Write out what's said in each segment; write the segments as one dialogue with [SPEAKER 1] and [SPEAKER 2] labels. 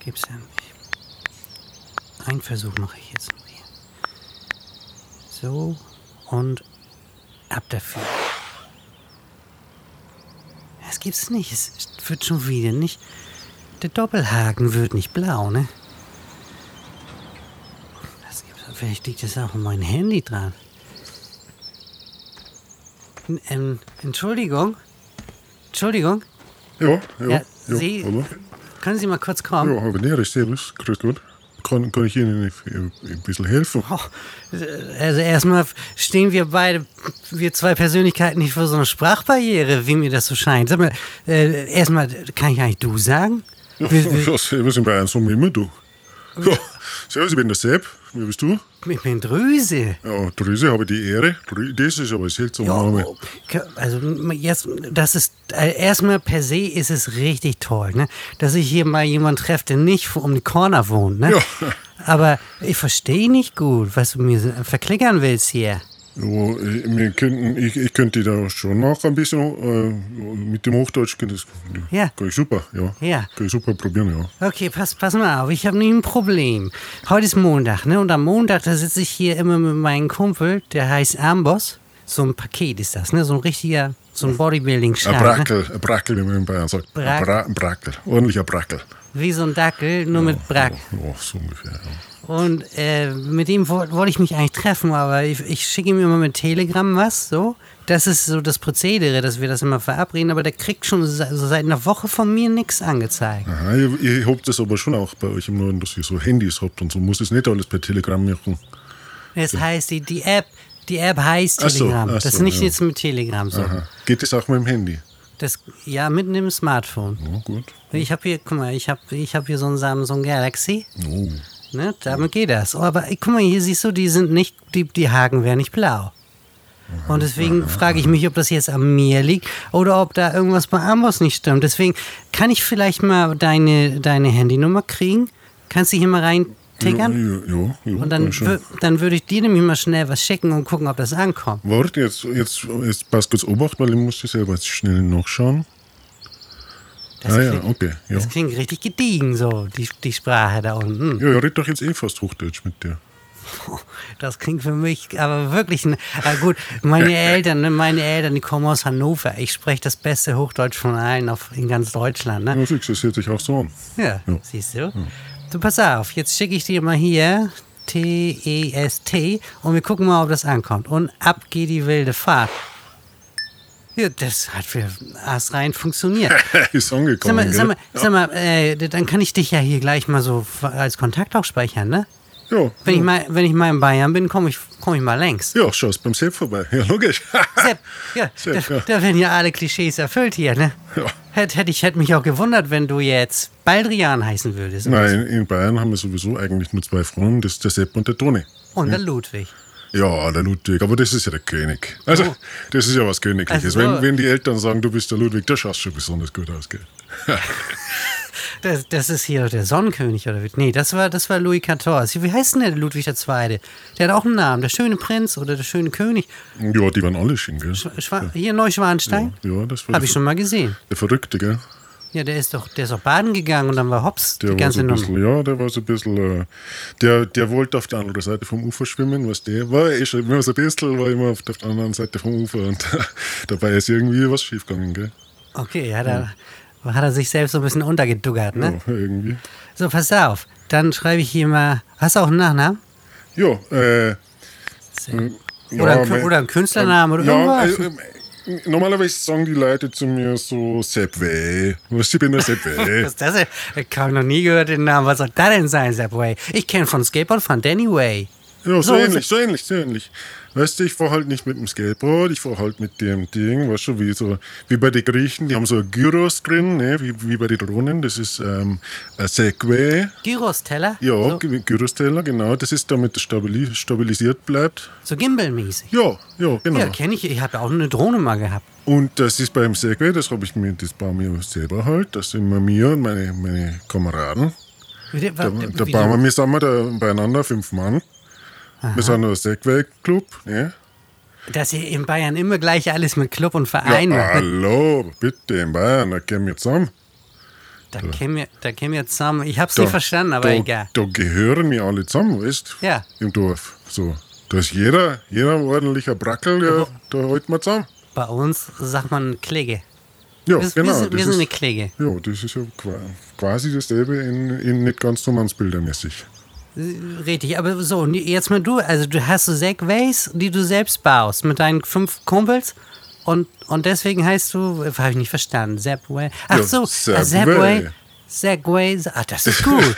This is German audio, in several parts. [SPEAKER 1] gib's ja nicht. Einen Versuch mache ich jetzt noch hier. So und ab dafür. Das gibt's nicht. Es wird schon wieder nicht. Der Doppelhaken wird nicht blau, ne? Das gibt's, vielleicht liegt das auch an meinem Handy dran. N- Ähm, Entschuldigung. Entschuldigung.
[SPEAKER 2] Ja, ja.
[SPEAKER 1] Ja,
[SPEAKER 2] ja,
[SPEAKER 1] Sie-
[SPEAKER 2] hallo.
[SPEAKER 1] Können Sie mal kurz kommen?
[SPEAKER 2] Ja, aber näher, ich sehe das. dus? Grüß Gott. Kann, kann ich Ihnen ein, ein bisschen helfen?
[SPEAKER 1] Oh, Also erstmal stehen wir beide, wir zwei Persönlichkeiten nicht vor so einer Sprachbarriere, wie mir das so scheint. Sag mal, äh, erstmal kann ich eigentlich du sagen?
[SPEAKER 2] Ja,
[SPEAKER 1] Wir- wir-
[SPEAKER 2] ja, wir sind bei einem so immer du. Ja, servus, ich bin der Sepp. Wie bist du?
[SPEAKER 1] Ich bin Drüse.
[SPEAKER 2] Ja, Drüse habe ich die Ehre. Drü das ist aber ein seltsamer
[SPEAKER 1] Ja, oh.
[SPEAKER 2] Name.
[SPEAKER 1] ke- also jetzt, das ist äh, erstmal per se ist es richtig toll, ne? Dass ich hier mal jemanden treffe, der nicht um die Corner wohnt, ne?
[SPEAKER 2] Ja.
[SPEAKER 1] Aber ich verstehe nicht gut, was du mir so verklickern willst hier.
[SPEAKER 2] Ja, äh, wir könnten, ich, ich könnte da schon noch ein bisschen äh, mit dem Hochdeutsch. Kann, das,
[SPEAKER 1] Ja.
[SPEAKER 2] kann ich super, ja.
[SPEAKER 1] Ja.
[SPEAKER 2] Kann ich super probieren, ja.
[SPEAKER 1] Okay, pass, pass mal auf, ich habe nämlich ein Problem. Heute ist Montag, ne? Und am Montag, da sitze ich hier immer mit meinem Kumpel, der heißt Amboss. So ein Paket ist das, ne? So ein richtiger, so ein
[SPEAKER 2] Ein
[SPEAKER 1] Bodybuilding-Schlag. Ne?
[SPEAKER 2] Brackel, ein Brackel, wie man in Bayern sagt. Ein
[SPEAKER 1] Brackel.
[SPEAKER 2] Bra ein Brackel, ordentlicher Brackel.
[SPEAKER 1] Wie so ein Dackel, nur mit Brack.
[SPEAKER 2] Ja, so ungefähr, ja.
[SPEAKER 1] Und äh, mit dem woll- wollte ich mich eigentlich treffen, aber ich, ich schicke ihm immer mit Telegram was, so. Das ist so das Prozedere, dass wir das immer verabreden, aber der kriegt schon se- so seit einer Woche von mir nichts angezeigt.
[SPEAKER 2] Aha, ihr, ihr habt das aber schon auch bei euch im Norden, dass ihr so Handys habt und so. Muss das nicht alles per Telegram machen.
[SPEAKER 1] Das heißt, die, die App, die App heißt
[SPEAKER 2] Ach so,
[SPEAKER 1] Telegram.
[SPEAKER 2] ach
[SPEAKER 1] das ist
[SPEAKER 2] so,
[SPEAKER 1] nicht
[SPEAKER 2] ja.
[SPEAKER 1] jetzt mit Telegram so.
[SPEAKER 2] Aha. Geht das auch mit dem Handy?
[SPEAKER 1] Das, ja, mitten im Smartphone.
[SPEAKER 2] Ja, gut.
[SPEAKER 1] Ich habe hier, guck mal, ich habe ich hab hier so ein Samsung Galaxy.
[SPEAKER 2] Oh.
[SPEAKER 1] Ne? Damit geht das. Oh, aber ey, guck mal, hier siehst du, die sind nicht, die, die Haken wären nicht blau. Und deswegen frage ich mich, ob das jetzt an mir liegt oder ob da irgendwas bei Amboss nicht stimmt. Deswegen kann ich vielleicht mal deine, deine Handynummer kriegen. Kannst du hier mal
[SPEAKER 2] Ja,
[SPEAKER 1] reintickern?
[SPEAKER 2] ja, ja, ja,
[SPEAKER 1] Und dann,
[SPEAKER 2] ja, schon.
[SPEAKER 1] wür- dann würde ich dir nämlich mal schnell was schicken und gucken, ob das ankommt.
[SPEAKER 2] Warte, jetzt, jetzt, jetzt passt kurz Obacht, weil ich muss das selber jetzt schnell nachschauen.
[SPEAKER 1] Das
[SPEAKER 2] ah ja,
[SPEAKER 1] klingt-
[SPEAKER 2] okay. Ja.
[SPEAKER 1] Das klingt richtig gediegen, so, die, die Sprache da unten.
[SPEAKER 2] ja, ja, red doch jetzt eh fast Hochdeutsch mit dir.
[SPEAKER 1] Das klingt für mich aber wirklich. n- Aber gut, meine Eltern, ne, meine Eltern, die kommen aus Hannover. Ich spreche das beste Hochdeutsch von allen auf, in ganz Deutschland. Ne?
[SPEAKER 2] Ja, siehst du, das hört sich auch so an.
[SPEAKER 1] Ja,
[SPEAKER 2] Ja.
[SPEAKER 1] siehst du? Du, pass auf, jetzt schicke ich dir mal hier T-E-S-T und wir gucken mal, ob das ankommt. Und ab geht die wilde Fahrt. Ja, das hat für rein funktioniert.
[SPEAKER 2] Ist
[SPEAKER 1] Sag
[SPEAKER 2] angekommen.
[SPEAKER 1] mal, sag mal,
[SPEAKER 2] gell?
[SPEAKER 1] sag mal äh, dann kann ich dich ja hier gleich mal so als Kontakt auch speichern, ne?
[SPEAKER 2] ja,
[SPEAKER 1] Wenn, ich,
[SPEAKER 2] ja.
[SPEAKER 1] mal, wenn ich mal in Bayern bin, komme ich, komm ich mal längst.
[SPEAKER 2] ja, schaust beim Sepp vorbei. Ja, logisch.
[SPEAKER 1] Sepp, ja,
[SPEAKER 2] Sepp,
[SPEAKER 1] da,
[SPEAKER 2] ja.
[SPEAKER 1] da werden ja alle Klischees erfüllt hier, ne?
[SPEAKER 2] Ja.
[SPEAKER 1] Hätte hätt ich hätte mich auch gewundert, wenn du jetzt Baldrian heißen würdest.
[SPEAKER 2] Nein, in Bayern haben wir sowieso eigentlich nur zwei Frauen, das ist der Sepp und der Toni.
[SPEAKER 1] Und der Ludwig.
[SPEAKER 2] Ja, der Ludwig, aber das ist ja der König. Also, das ist ja was Königliches.
[SPEAKER 1] Oh. Also so.
[SPEAKER 2] wenn, wenn die Eltern sagen, du bist der Ludwig, der schaust schon besonders gut aus, gell?
[SPEAKER 1] Das, das ist hier der Sonnenkönig, oder wie? Nee, das war, das war Louis XIV. Wie heißt denn der Ludwig II.? Der hat auch einen Namen. Der schöne Prinz oder der schöne König.
[SPEAKER 2] Ja, die waren alle schön, gell?
[SPEAKER 1] Schwa Hier Neuschwanstein?
[SPEAKER 2] Ja, das war
[SPEAKER 1] Habe
[SPEAKER 2] der,
[SPEAKER 1] ich schon mal gesehen.
[SPEAKER 2] der Verrückte, gell?
[SPEAKER 1] Ja, der ist doch, der ist doch baden gegangen und dann war hops,
[SPEAKER 2] Der
[SPEAKER 1] die
[SPEAKER 2] war so
[SPEAKER 1] ganze
[SPEAKER 2] ein
[SPEAKER 1] Nummer.
[SPEAKER 2] bisschen, ja, der war so ein bisschen, äh, der, der wollte auf der anderen Seite vom Ufer schwimmen, was der war, eh schon immer so ein bisschen, war immer auf der anderen Seite vom Ufer und dabei ist irgendwie was schiefgegangen, gell?
[SPEAKER 1] Okay, ja, da hat er sich selbst so ein bisschen untergeduckert, ne?
[SPEAKER 2] Ja, irgendwie.
[SPEAKER 1] So, pass auf. Dann schreibe ich hier mal. Hast du auch einen Nachnamen?
[SPEAKER 2] Ja, äh, äh,
[SPEAKER 1] Oder, ein, Kü-
[SPEAKER 2] mein-
[SPEAKER 1] oder einen Künstlername oder
[SPEAKER 2] ja,
[SPEAKER 1] irgendwas?
[SPEAKER 2] äh, äh, normalerweise sagen die Leute zu mir so Sepp Weh. Weißt du, ich bin der Sepp Weh.
[SPEAKER 1] was ist das denn? Ich habe noch nie gehört den Namen. Was soll das denn sein, Subway? Ich kenne von Skateboard von Danny Way.
[SPEAKER 2] Ja, so
[SPEAKER 1] So,
[SPEAKER 2] ähnlich, so ähnlich, so ähnlich. Weißt du, ich fahr halt nicht mit dem Skateboard, ich fahr halt mit dem Ding, weißt du, wie, so, wie bei den Griechen, die haben so ein Gyros drin, ne, wie, wie bei den Drohnen, das ist ähm, ein Segway.
[SPEAKER 1] Gyros-Teller?
[SPEAKER 2] Ja,
[SPEAKER 1] So,
[SPEAKER 2] Gy- Gyros-Teller, genau, das ist damit das stabili stabilisiert bleibt.
[SPEAKER 1] so Gimbal-mäßig.
[SPEAKER 2] Ja, ja, genau.
[SPEAKER 1] Ja, kenne ich. Ich habe auch eine Drohne mal gehabt.
[SPEAKER 2] Und das ist beim Segway, das habe ich mir, das bauen wir selber halt, das sind wir mir und meine, meine Kameraden.
[SPEAKER 1] Wie der-
[SPEAKER 2] Da,
[SPEAKER 1] wie
[SPEAKER 2] da
[SPEAKER 1] der-
[SPEAKER 2] bauen wir, wir sind wir da beieinander, fünf Mann. Wir sind ein Segway-Club, ne?
[SPEAKER 1] dass ihr in Bayern immer gleich alles mit Club und Verein
[SPEAKER 2] Ja,
[SPEAKER 1] macht.
[SPEAKER 2] hallo, bitte in Bayern, da gehen wir zusammen.
[SPEAKER 1] Da kämen wir, da kämen wir zusammen. Ich hab's nicht verstanden, aber
[SPEAKER 2] da,
[SPEAKER 1] egal.
[SPEAKER 2] Da gehören wir alle zusammen, weißt
[SPEAKER 1] Ja.
[SPEAKER 2] Im Dorf. So. Da ist jeder, jeder ein ordentlicher Brackel, ja, da halten wir zusammen.
[SPEAKER 1] Bei uns sagt man Kläge.
[SPEAKER 2] Ja,
[SPEAKER 1] Wir,
[SPEAKER 2] genau.
[SPEAKER 1] wir, sind,
[SPEAKER 2] das
[SPEAKER 1] wir sind
[SPEAKER 2] ist-
[SPEAKER 1] eine Kläge.
[SPEAKER 2] Ja, das ist ja qua- quasi dasselbe in, in nicht ganz Nummernbildermäßig.
[SPEAKER 1] Richtig, aber so, und jetzt mal du. Also, du hast so Segways, die du selbst baust mit deinen fünf Kumpels. Und, und deswegen heißt du, habe ich nicht verstanden, Segway. Ach
[SPEAKER 2] Ja,
[SPEAKER 1] so,
[SPEAKER 2] Segway.
[SPEAKER 1] Segway. Segway. Segway. Ach, das ist gut.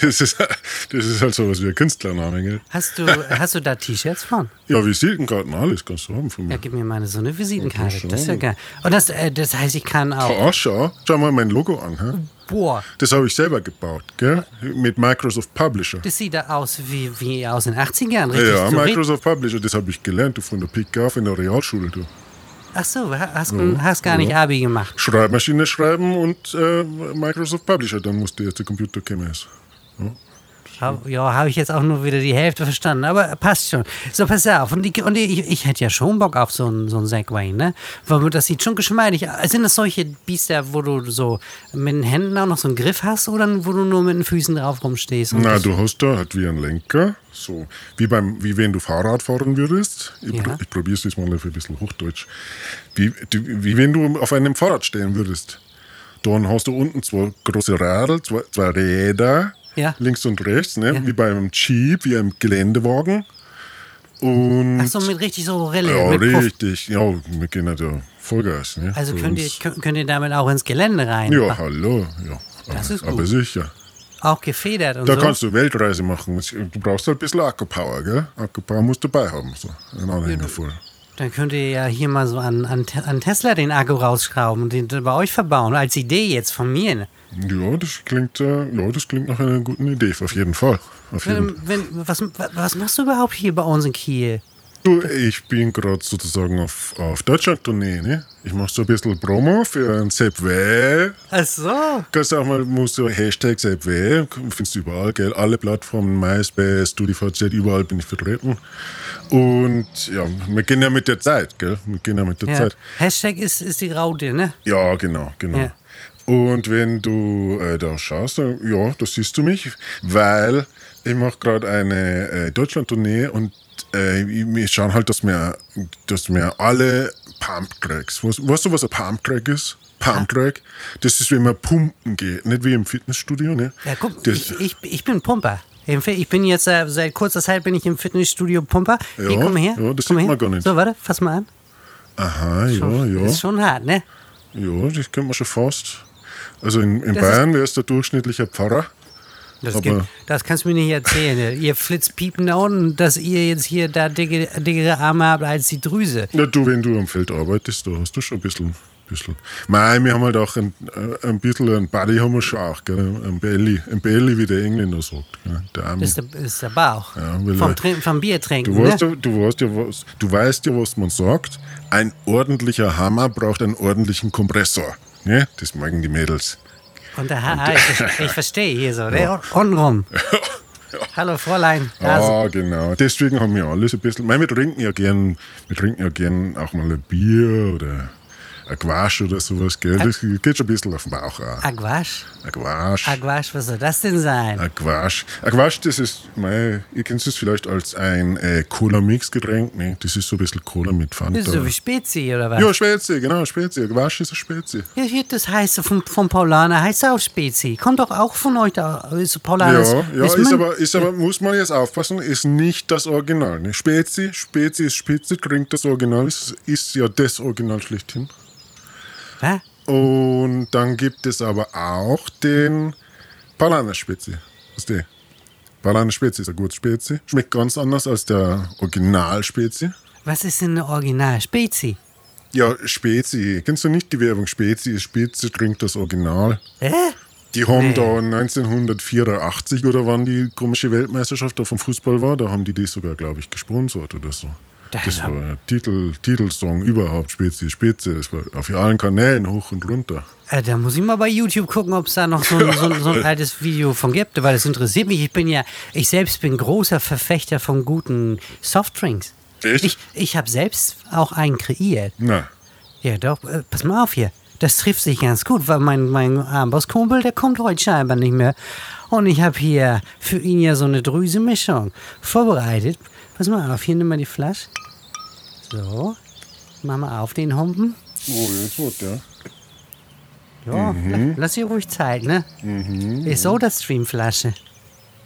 [SPEAKER 2] das, ist, das ist halt sowas wie ein Künstlername, gell?
[SPEAKER 1] Hast du, hast du da T-Shirts von?
[SPEAKER 2] Ja, Visitenkarten, alles kannst du haben von
[SPEAKER 1] Ja,
[SPEAKER 2] mir.
[SPEAKER 1] gib mir meine so eine
[SPEAKER 2] Ja,
[SPEAKER 1] Visitenkarte.
[SPEAKER 2] schon.
[SPEAKER 1] Das ist ja geil. Und das, äh, das heißt, ich kann auch.
[SPEAKER 2] Oh, schau, schau mal mein Logo an. Hä?
[SPEAKER 1] Boah,
[SPEAKER 2] Das habe ich selber gebaut, gell? Mit Microsoft Publisher.
[SPEAKER 1] das sieht da aus wie, wie aus den 80ern, richtig?
[SPEAKER 2] Ja,
[SPEAKER 1] so richtig
[SPEAKER 2] Microsoft Publisher, das habe ich gelernt, du von der Pike auf in der Realschule, du.
[SPEAKER 1] ach so, ha- hast,
[SPEAKER 2] Mhm.
[SPEAKER 1] hast gar nicht Abi gemacht.
[SPEAKER 2] Schreibmaschine schreiben und äh, Microsoft Publisher, dann musste jetzt der Computer kommen.
[SPEAKER 1] Hab, ja, habe ich jetzt auch nur wieder die Hälfte verstanden, aber passt schon. So, pass auf. Und, die, und die, ich, ich hätte ja schon Bock auf so einen so einen Segway, ne? Weil das sieht schon geschmeidig aus. Sind das solche Biester, wo du so mit den Händen auch noch so einen Griff hast oder wo du nur mit den Füßen drauf rumstehst? und
[SPEAKER 2] Na,
[SPEAKER 1] das-
[SPEAKER 2] du hast da halt wie einen Lenker, so wie beim, wie wenn du Fahrrad fahren würdest. Ich,
[SPEAKER 1] Ja.
[SPEAKER 2] pro, ich probiere es diesmal auf ein bisschen Hochdeutsch. Wie, du, wie wenn du auf einem Fahrrad stehen würdest. Dann hast du unten zwei große Radl, zwei, zwei Räder,
[SPEAKER 1] Ja.
[SPEAKER 2] links und rechts, ne?
[SPEAKER 1] Ja.
[SPEAKER 2] wie beim Jeep, wie einem Geländewagen. Und
[SPEAKER 1] Ach so, mit richtig so Rille.
[SPEAKER 2] ja,
[SPEAKER 1] mit Puff.
[SPEAKER 2] richtig, ja, wir gehen halt ja Vollgas. Ne?
[SPEAKER 1] Also
[SPEAKER 2] Bei
[SPEAKER 1] könnt ihr,
[SPEAKER 2] uns.
[SPEAKER 1] könnt, könnt ihr damit auch ins Gelände rein.
[SPEAKER 2] Ja, hallo. Ja.
[SPEAKER 1] Das
[SPEAKER 2] aber,
[SPEAKER 1] ist gut.
[SPEAKER 2] aber sicher.
[SPEAKER 1] Auch gefedert und
[SPEAKER 2] Da
[SPEAKER 1] so.
[SPEAKER 2] kannst du Weltreise machen. Du brauchst halt ein bisschen Akkupower, gell? Akkupower musst du dabei haben. So. Ein Anhänger voll.
[SPEAKER 1] Dann könnt ihr ja hier mal so an, an, Te- an Tesla den Akku rausschrauben und den bei euch verbauen. Als Idee jetzt von mir. Ne?
[SPEAKER 2] Ja, das klingt, äh, ja, das klingt nach einer guten Idee, auf jeden Fall. Auf jeden.
[SPEAKER 1] Wenn, wenn, was, was machst du überhaupt hier bei uns in Kiel?
[SPEAKER 2] Du, ich bin gerade sozusagen auf, auf Deutschland-Tournee, ne? Ich mache so ein bisschen Promo für einen Sepp Weh.
[SPEAKER 1] Ach so.
[SPEAKER 2] Kannst auch mal, musst du Hashtag Sepp Weh, findest du überall, gell? Alle Plattformen, MySpace, StudiVZ, überall bin ich vertreten. Und ja, wir gehen ja mit der Zeit, gell? Wir gehen ja mit der
[SPEAKER 1] Ja.
[SPEAKER 2] Zeit.
[SPEAKER 1] Hashtag ist, ist die Raute, ne?
[SPEAKER 2] Ja, genau, genau.
[SPEAKER 1] Ja.
[SPEAKER 2] Und wenn du äh, da schaust, dann, ja, da siehst du mich, weil ich mache gerade eine äh, Deutschland-Tournee und äh, wir schauen halt, dass wir, dass wir alle Pump-Tracks, weißt, weißt du, was ein Pump-Track ist? Pump-Track, das ist, wenn man pumpen geht, nicht wie im Fitnessstudio, ne?
[SPEAKER 1] Ja, guck,
[SPEAKER 2] das,
[SPEAKER 1] ich, ich, ich bin Pumper. Im Fi- Ich bin jetzt äh, seit kurzer Zeit bin ich im Fitnessstudio Pumper. Hier,
[SPEAKER 2] Ja,
[SPEAKER 1] komm her.
[SPEAKER 2] ja, das
[SPEAKER 1] komm
[SPEAKER 2] sieht
[SPEAKER 1] her.
[SPEAKER 2] man gar nicht.
[SPEAKER 1] So, warte, fass mal an.
[SPEAKER 2] aha, ja, ja.
[SPEAKER 1] Ist schon hart, ne?
[SPEAKER 2] Ja, das könnte man schon fast. Also in, in
[SPEAKER 1] Das ist-
[SPEAKER 2] Bayern wäre es der durchschnittliche Pfarrer.
[SPEAKER 1] Das,
[SPEAKER 2] Aber-
[SPEAKER 1] gibt, das kannst du mir nicht erzählen. ne? ihr Flitzpiepen da unten, dass ihr jetzt hier da dicke, dickere Arme habt als die Drüse.
[SPEAKER 2] Na du, wenn du am Feld arbeitest, da hast du schon ein bisschen. bisschen. Nein, wir haben halt auch ein, äh, ein bisschen einen Buddy haben wir schon auch, gell? Ein Belly, ein Belly, wie der Engländer sagt. Gell? Der Arme.
[SPEAKER 1] Ist der, ist der Bauch.
[SPEAKER 2] Ja, will
[SPEAKER 1] vom,
[SPEAKER 2] er.
[SPEAKER 1] Trin- vom Bier trinken.
[SPEAKER 2] Du weißt,
[SPEAKER 1] ne?
[SPEAKER 2] ja, du, weißt ja, was, du weißt ja, was man sagt. Ein ordentlicher Hammer braucht einen ordentlichen Kompressor. Ne? Das mögen die Mädels.
[SPEAKER 1] Und der Haar, ich, ich verstehe hier so. Ne? Und- Untenrum. Hallo Fräulein. Also,
[SPEAKER 2] Ah, genau. Deswegen haben wir alles ein bisschen. Nein, wir trinken ja gern, wir trinken ja gern auch mal ein Bier oder ein Quasch oder sowas, gell? Das geht schon ein bisschen auf den Bauch
[SPEAKER 1] Ah.
[SPEAKER 2] auch.
[SPEAKER 1] Aguasch?
[SPEAKER 2] Ein Quasch.
[SPEAKER 1] Aguasch, was soll das denn sein?
[SPEAKER 2] Aquash. Aquash, das ist, mei, ihr kennt es vielleicht als ein äh, Cola-Mix-Getränk. Ne? Das ist so ein bisschen Cola mit Fanta.
[SPEAKER 1] Das ist so wie Spezi oder was?
[SPEAKER 2] ja, Spezi, genau, Spezi. Aquash ist eine Spezi.
[SPEAKER 1] Ja, hier, das heißt so von, von Paulaner, heißt auch Spezi. Kommt doch auch von euch da. Ist Paulaner
[SPEAKER 2] Ja,
[SPEAKER 1] ist,
[SPEAKER 2] ja,
[SPEAKER 1] Ah, ist
[SPEAKER 2] ist,
[SPEAKER 1] Mün-
[SPEAKER 2] aber, ist aber, muss man jetzt aufpassen, ist nicht das Original. Ne? Spezi, Spezi ist Spezi, trinkt das Original, ist, ist ja das Original schlechthin.
[SPEAKER 1] Hä?
[SPEAKER 2] Und dann gibt es aber auch den Palanerspezi. Was ist der? Palanerspezi ist ein gutes Spezi. Schmeckt ganz anders als der Originalspezi.
[SPEAKER 1] Was ist denn eine Original? Spezi.
[SPEAKER 2] Ja, Spezi. Kennst du nicht die Werbung? Spezi ist Spezi, trinkt das Original.
[SPEAKER 1] Hä?
[SPEAKER 2] Die haben
[SPEAKER 1] Nee.
[SPEAKER 2] da 1984 oder wann die komische Weltmeisterschaft da vom Fußball war, da haben die das sogar, glaube ich, gesponsert oder so.
[SPEAKER 1] Das
[SPEAKER 2] Das
[SPEAKER 1] ist
[SPEAKER 2] war der Titel, Titelsong überhaupt, Spezi, Spezi. Das war auf allen Kanälen hoch und runter.
[SPEAKER 1] Äh, da muss ich mal bei YouTube gucken, ob es da noch so ein, so, ein- so ein altes Video von gibt, weil das interessiert mich. Ich bin ja, ich selbst bin großer Verfechter von guten Softdrinks.
[SPEAKER 2] Echt?
[SPEAKER 1] Ich, ich habe selbst auch einen kreiert.
[SPEAKER 2] Na,
[SPEAKER 1] Ja, doch. Äh, pass mal auf hier. Das trifft sich ganz gut, weil mein, mein Armbrustkumpel, der kommt heute scheinbar nicht mehr. Und ich habe hier für ihn ja so eine Drüsenmischung vorbereitet. Pass mal auf, hier nimm mal die Flasche. So, mach mal auf den Humpen.
[SPEAKER 2] Oh, jetzt wird der.
[SPEAKER 1] Ja, lass dir ruhig Zeit, ne? Ist Soda-Stream-Flasche.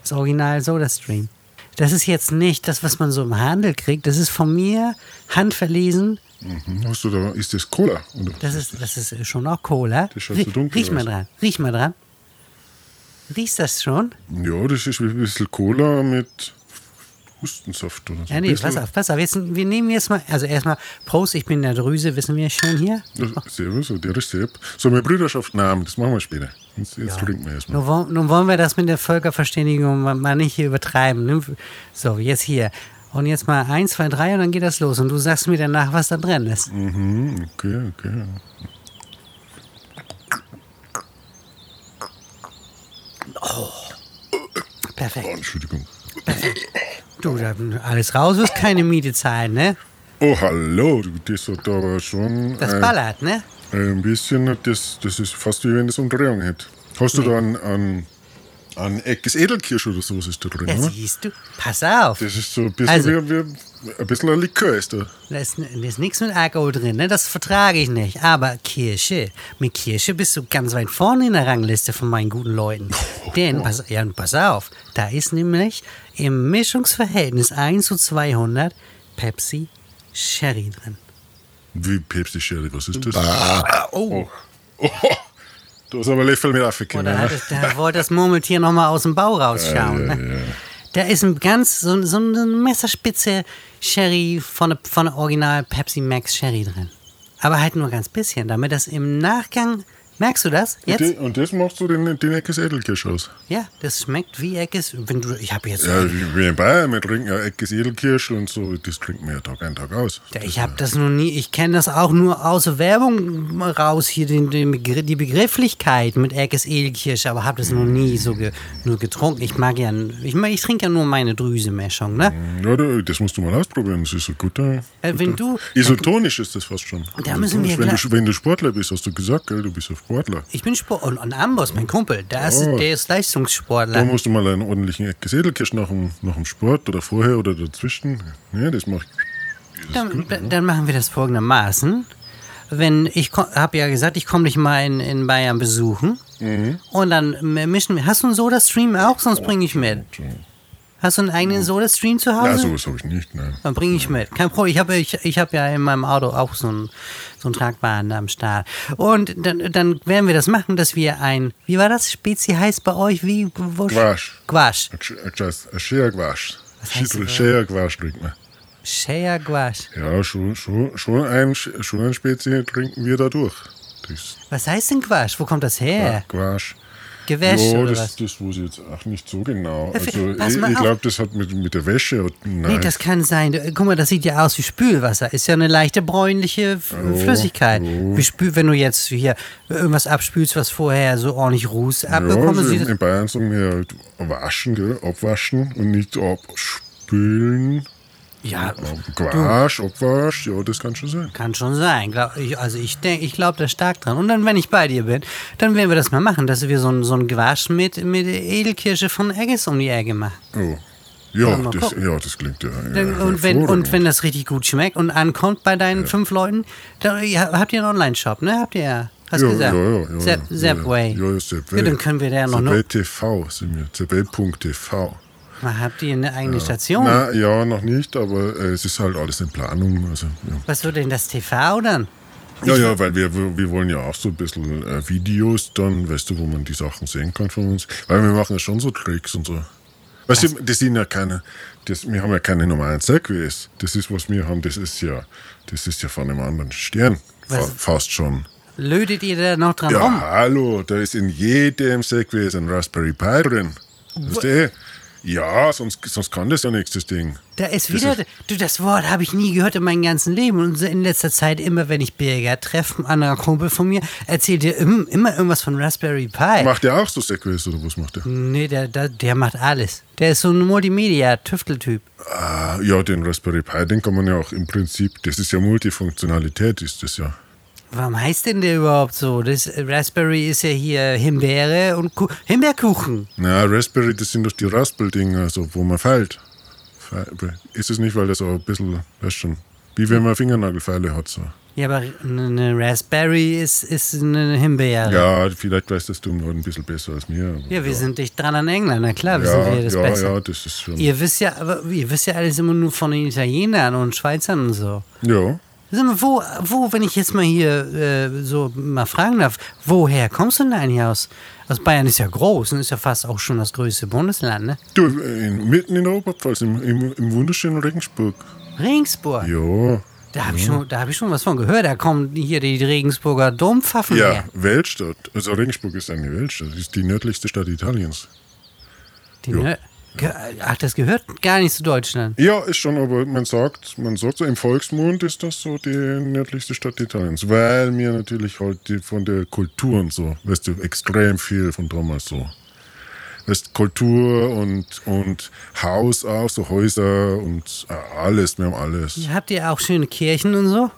[SPEAKER 1] Das Original Soda-Stream. Das ist jetzt nicht das, was man so im Handel kriegt. Das ist von mir handverlesen.
[SPEAKER 2] Mhm. Hast du da, ist das Cola? Oder?
[SPEAKER 1] Das ist, das ist schon auch Cola.
[SPEAKER 2] Das schaut so
[SPEAKER 1] Rie-
[SPEAKER 2] dunkel
[SPEAKER 1] riech mal
[SPEAKER 2] aus.
[SPEAKER 1] dran. Riech mal dran. Riechst das schon?
[SPEAKER 2] Ja, das ist wie ein bisschen Cola mit Hustensaft oder so.
[SPEAKER 1] Ja,
[SPEAKER 2] Ein
[SPEAKER 1] nee,
[SPEAKER 2] bisschen-
[SPEAKER 1] pass auf, pass auf. Jetzt, wir nehmen jetzt mal, also erstmal, Prost, ich bin der Drüse, wissen wir schon hier.
[SPEAKER 2] Das- Servus, der ist Sepp. So, meine Brüderschaft, nein, das machen wir später. Jetzt, jetzt trinken wir erstmal.
[SPEAKER 1] Nun, wo- nun wollen wir das mit der Völkerverständigung mal- mal nicht hier übertreiben. ne? So, jetzt hier. Und jetzt mal eins, zwei, drei und dann geht das los. Und du sagst mir danach, was da drin ist.
[SPEAKER 2] Mhm, okay, okay. Oh,
[SPEAKER 1] Perfekt.
[SPEAKER 2] Entschuldigung.
[SPEAKER 1] Du, da, alles raus, wirst keine Miete zahlen, ne?
[SPEAKER 2] Oh, hallo, du, das hat aber schon.
[SPEAKER 1] Das
[SPEAKER 2] äh,
[SPEAKER 1] ballert, ne?
[SPEAKER 2] Ein bisschen, das, das ist fast wie wenn das Umdrehung hätte. Hast du da ein, ein, ein Eckes Edelkirsch oder so ist da drin,
[SPEAKER 1] Ja,
[SPEAKER 2] oder?
[SPEAKER 1] siehst du. Pass auf.
[SPEAKER 2] Das ist so ein bisschen
[SPEAKER 1] Also-
[SPEAKER 2] wie, wie ein bisschen ein Likör ist da.
[SPEAKER 1] Da ist, da ist nichts mit Alkohol drin, ne? Das vertrage ich nicht. Aber Kirsche, mit Kirsche bist du ganz weit vorne in der Rangliste von meinen guten Leuten. Denn, pass, ja, und pass auf, da ist nämlich im Mischungsverhältnis 1 zu 200 Pepsi Sherry drin.
[SPEAKER 2] Wie Pepsi Sherry, was ist das? Ah.
[SPEAKER 1] Oh,
[SPEAKER 2] Oh, da ist aber ein Löffel mit
[SPEAKER 1] und
[SPEAKER 2] ne?
[SPEAKER 1] da,
[SPEAKER 2] aufgegangen.
[SPEAKER 1] hat es, da wollte das Murmeltier nochmal aus dem Bau rausschauen.
[SPEAKER 2] Genau. Ja,
[SPEAKER 1] ne?
[SPEAKER 2] ja.
[SPEAKER 1] Da ist ein ganz, so, so eine Messerspitze Sherry von der, von der Original Pepsi Max Sherry drin. Aber halt nur ganz bisschen, damit das im Nachgang, merkst du das
[SPEAKER 2] Und
[SPEAKER 1] jetzt?
[SPEAKER 2] de- Und das machst du den, den Eckes Edelkirsch aus.
[SPEAKER 1] Ja, das schmeckt wie Eckes. Wenn du, ich habe jetzt,
[SPEAKER 2] Ja, wie wie in Bayern, wir trinken ja Eckes Edelkirsch und so, das trinken wir ja Tag ein, Tag aus.
[SPEAKER 1] ich habe das noch nie. Ich kenne das auch nur aus der Werbung raus hier den, den Begr die Begrifflichkeit mit Eckes Edelkirsche, aber habe das noch nie so ge, nur getrunken. Ich mag ja, ich, mag- ich trinke ja nur meine Drüsenmischung, ne?
[SPEAKER 2] Ähm, Ja, da- das musst du mal ausprobieren, das ist ein guter.
[SPEAKER 1] Äh, wenn du,
[SPEAKER 2] Isotonisch ist das fast schon.
[SPEAKER 1] Da müssen wir
[SPEAKER 2] Isotonisch. wenn,
[SPEAKER 1] gleich-
[SPEAKER 2] du, wenn du Sportler bist, hast du gesagt, gell, du bist ein Sportler.
[SPEAKER 1] ich bin Sport und, und Amboss, mein Kumpel, der ist,
[SPEAKER 2] Oh.
[SPEAKER 1] der ist
[SPEAKER 2] Da
[SPEAKER 1] Leistungssportler.
[SPEAKER 2] musst du mal einen ordentlichen Eckes Edelkirsch nach dem, nach dem Sport oder vorher oder dazwischen. Ja, das macht. Das ist
[SPEAKER 1] Dann,
[SPEAKER 2] gut.
[SPEAKER 1] dann- dann machen wir das folgendermaßen. Wenn ich habe ja gesagt, ich komme dich mal in, in Bayern besuchen. Und dann m- mischen wir. Hast du einen Soda Stream auch? Sonst bringe ich mit. Hast du einen eigenen Soda Stream zu Hause?
[SPEAKER 2] Ja, sowas habe ich nicht, nein.
[SPEAKER 1] Dann bringe ich mit. Kein Problem. Ich habe ich, ich hab ja in meinem Auto auch so einen, so einen Tragbaren am Start. Und dann, dann werden wir das machen, dass wir ein. Wie war das? Spezi heißt bei euch wie? Wusch?
[SPEAKER 2] Gulasch.
[SPEAKER 1] Gouache.
[SPEAKER 2] Ein Schergwasch.
[SPEAKER 1] Was heißt das?
[SPEAKER 2] Schergwasch trinken wir.
[SPEAKER 1] Shea Gouache.
[SPEAKER 2] Ja, schon, schon, schon, ein, schon ein Spezi trinken wir da durch. Das
[SPEAKER 1] Was heißt denn Gouache? Wo kommt das
[SPEAKER 2] ja.
[SPEAKER 1] her?
[SPEAKER 2] Gouache.
[SPEAKER 1] Gewäsch
[SPEAKER 2] ja,
[SPEAKER 1] oder was?
[SPEAKER 2] das, das weiß ich jetzt auch nicht so genau.
[SPEAKER 1] Ja, für-
[SPEAKER 2] Also,
[SPEAKER 1] pass
[SPEAKER 2] ich,
[SPEAKER 1] mal
[SPEAKER 2] ich
[SPEAKER 1] auf.
[SPEAKER 2] glaube, das hat mit, mit der Wäsche. und- Nein,
[SPEAKER 1] Nee, das kann sein. Äh, Guck mal, das sieht ja aus wie Spülwasser. Ist ja eine leichte bräunliche F
[SPEAKER 2] Oh,
[SPEAKER 1] Flüssigkeit.
[SPEAKER 2] oh.
[SPEAKER 1] Wie spül, wenn du jetzt hier irgendwas abspülst, was vorher so ordentlich Ruß abbekommen
[SPEAKER 2] also
[SPEAKER 1] sieht
[SPEAKER 2] in,
[SPEAKER 1] es-
[SPEAKER 2] in Bayern sagen wir halt waschen, gell? abwaschen und nicht abspülen.
[SPEAKER 1] Ja,
[SPEAKER 2] Quasch, Abwasch, ja, das kann schon sein.
[SPEAKER 1] kann schon sein. Glaub, ich, also ich denke, ich glaube da stark dran. Und dann, wenn ich bei dir bin, dann werden wir das mal machen, dass wir so ein, so ein Gwasch mit, mit Edelkirsche von Egges um die Ecke machen.
[SPEAKER 2] Oh. Ja,
[SPEAKER 1] Ja, mal
[SPEAKER 2] das,
[SPEAKER 1] gucken.
[SPEAKER 2] ja, das klingt ja.
[SPEAKER 1] Dann,
[SPEAKER 2] ja,
[SPEAKER 1] und, wenn, und
[SPEAKER 2] hervorragend.
[SPEAKER 1] wenn das richtig gut schmeckt und ankommt bei deinen fünf Leuten, dann ja, habt ihr einen Online-Shop, ne? Habt ihr ja. Hast
[SPEAKER 2] ja,
[SPEAKER 1] gesagt.
[SPEAKER 2] ja, ja, ja,
[SPEAKER 1] Zap,
[SPEAKER 2] ja,
[SPEAKER 1] Zapway.
[SPEAKER 2] Ja, ja, Zapway.
[SPEAKER 1] Ja, dann können wir da noch-
[SPEAKER 2] Zapway TV sind wir. Zapway.tv.
[SPEAKER 1] Na, Habt ihr eine eigene Station?
[SPEAKER 2] Na, ja, noch nicht, aber äh, es ist halt alles in Planung. Also, ja.
[SPEAKER 1] Was wird denn das TV dann?
[SPEAKER 2] Ja, ja, weil wir, wir wir wollen ja auch so ein bisschen äh, Videos dann, weißt du, wo man die Sachen sehen kann von uns. Weil wir machen ja schon so Tricks und so. Weißt du, das sind ja keine, das, wir haben ja keine normalen Segways. Das ist, was wir haben, das ist ja, das ist ja von einem anderen Stern. Fa
[SPEAKER 1] Was?
[SPEAKER 2] fast schon.
[SPEAKER 1] Lötet ihr da noch dran
[SPEAKER 2] Ja,
[SPEAKER 1] rum?
[SPEAKER 2] hallo, da ist in jedem Segway ist ein Raspberry Pi drin. Weißt du? Ja, sonst, sonst kann das ja nichts, das Ding.
[SPEAKER 1] Da ist
[SPEAKER 2] Das
[SPEAKER 1] wieder,
[SPEAKER 2] ist-
[SPEAKER 1] du, das Wort habe ich nie gehört in meinem ganzen Leben. Und in letzter Zeit, immer wenn ich Birger treffe, ein anderer Kumpel von mir, erzählt er im- immer irgendwas von Raspberry Pi.
[SPEAKER 2] Macht der auch so Segways oder was macht der?
[SPEAKER 1] nee, der, der, der macht alles. Der ist so ein Multimedia-Tüfteltyp.
[SPEAKER 2] Ah, ja, den Raspberry Pi, den kann man ja auch im Prinzip, das ist ja Multifunktionalität, ist das ja.
[SPEAKER 1] Warum heißt denn der überhaupt so? Das Raspberry ist ja hier Himbeere und Ku Himbeerkuchen.
[SPEAKER 2] Na, Raspberry, das sind doch die Raspeldinger, so, wo man feilt. Fe- Ist es nicht, weil das auch ein bisschen, weißt schon, wie wenn man Fingernagelfeile hat, so.
[SPEAKER 1] Ja, aber eine Raspberry ist, ist eine Himbeere.
[SPEAKER 2] Ja, vielleicht weißt das du im Norden ein bisschen besser als mir. aber
[SPEAKER 1] Ja, wir sind dicht dran an England. Na klar, wissen
[SPEAKER 2] ja,
[SPEAKER 1] wir das
[SPEAKER 2] ja,
[SPEAKER 1] besser.
[SPEAKER 2] ja, das ist schon.
[SPEAKER 1] Ihr wisst ja, aber ihr wisst ja alles immer nur von den Italienern und Schweizern und so.
[SPEAKER 2] Ja.
[SPEAKER 1] Sag mal, wo, wo, wenn ich jetzt mal hier äh, so mal fragen darf, woher kommst du denn eigentlich aus? Aus Bayern ist ja groß und ist ja fast auch schon das größte Bundesland, ne?
[SPEAKER 2] Du, äh, in, mitten in der Oberpfalz, im, im, im wunderschönen Regensburg.
[SPEAKER 1] Regensburg.
[SPEAKER 2] Ja.
[SPEAKER 1] Da habe ich, schon- da hab ich schon was von gehört. Da kommen hier die Regensburger Dompfaffen
[SPEAKER 2] Ja,
[SPEAKER 1] her.
[SPEAKER 2] Weltstadt. Also Regensburg ist eine Weltstadt. Das ist die nördlichste Stadt Italiens.
[SPEAKER 1] Die, ne, ge, ach, das gehört gar nicht zu Deutschland.
[SPEAKER 2] Ja, ist schon, aber man sagt, man sagt so, im Volksmund ist das so die nördlichste Stadt Italiens, weil wir natürlich halt die, von der Kultur und so, weißt du, extrem viel von damals so. Weißt, Kultur und, und Haus auch, so Häuser und äh, alles, wir haben alles. Ja,
[SPEAKER 1] Habt ihr auch schöne Kirchen und so?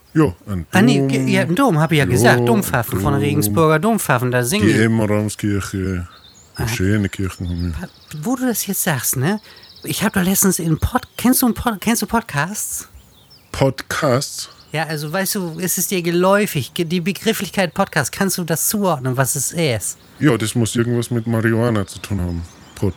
[SPEAKER 2] ein
[SPEAKER 1] Ah, nee,
[SPEAKER 2] Dom,
[SPEAKER 1] ge- ihr habt einen Dom, habe ich ja
[SPEAKER 2] Jo,
[SPEAKER 1] gesagt. Dompfaffen von
[SPEAKER 2] Dom.
[SPEAKER 1] Regensburger Dompfaffen, da singen
[SPEAKER 2] die
[SPEAKER 1] die.
[SPEAKER 2] Emmeramskirche, eine schöne Kirchen haben wir.
[SPEAKER 1] Wo du das jetzt sagst, ne? Ich habe doch letztens in Pod kennst du einen Pod kennst du Podcasts?
[SPEAKER 2] Podcasts.
[SPEAKER 1] Ja, also weißt du, ist es dir geläufig? Ge- Die Begrifflichkeit Podcast, kannst du das zuordnen, was es ist?
[SPEAKER 2] Ja, das muss irgendwas mit Marihuana zu tun haben. Pot.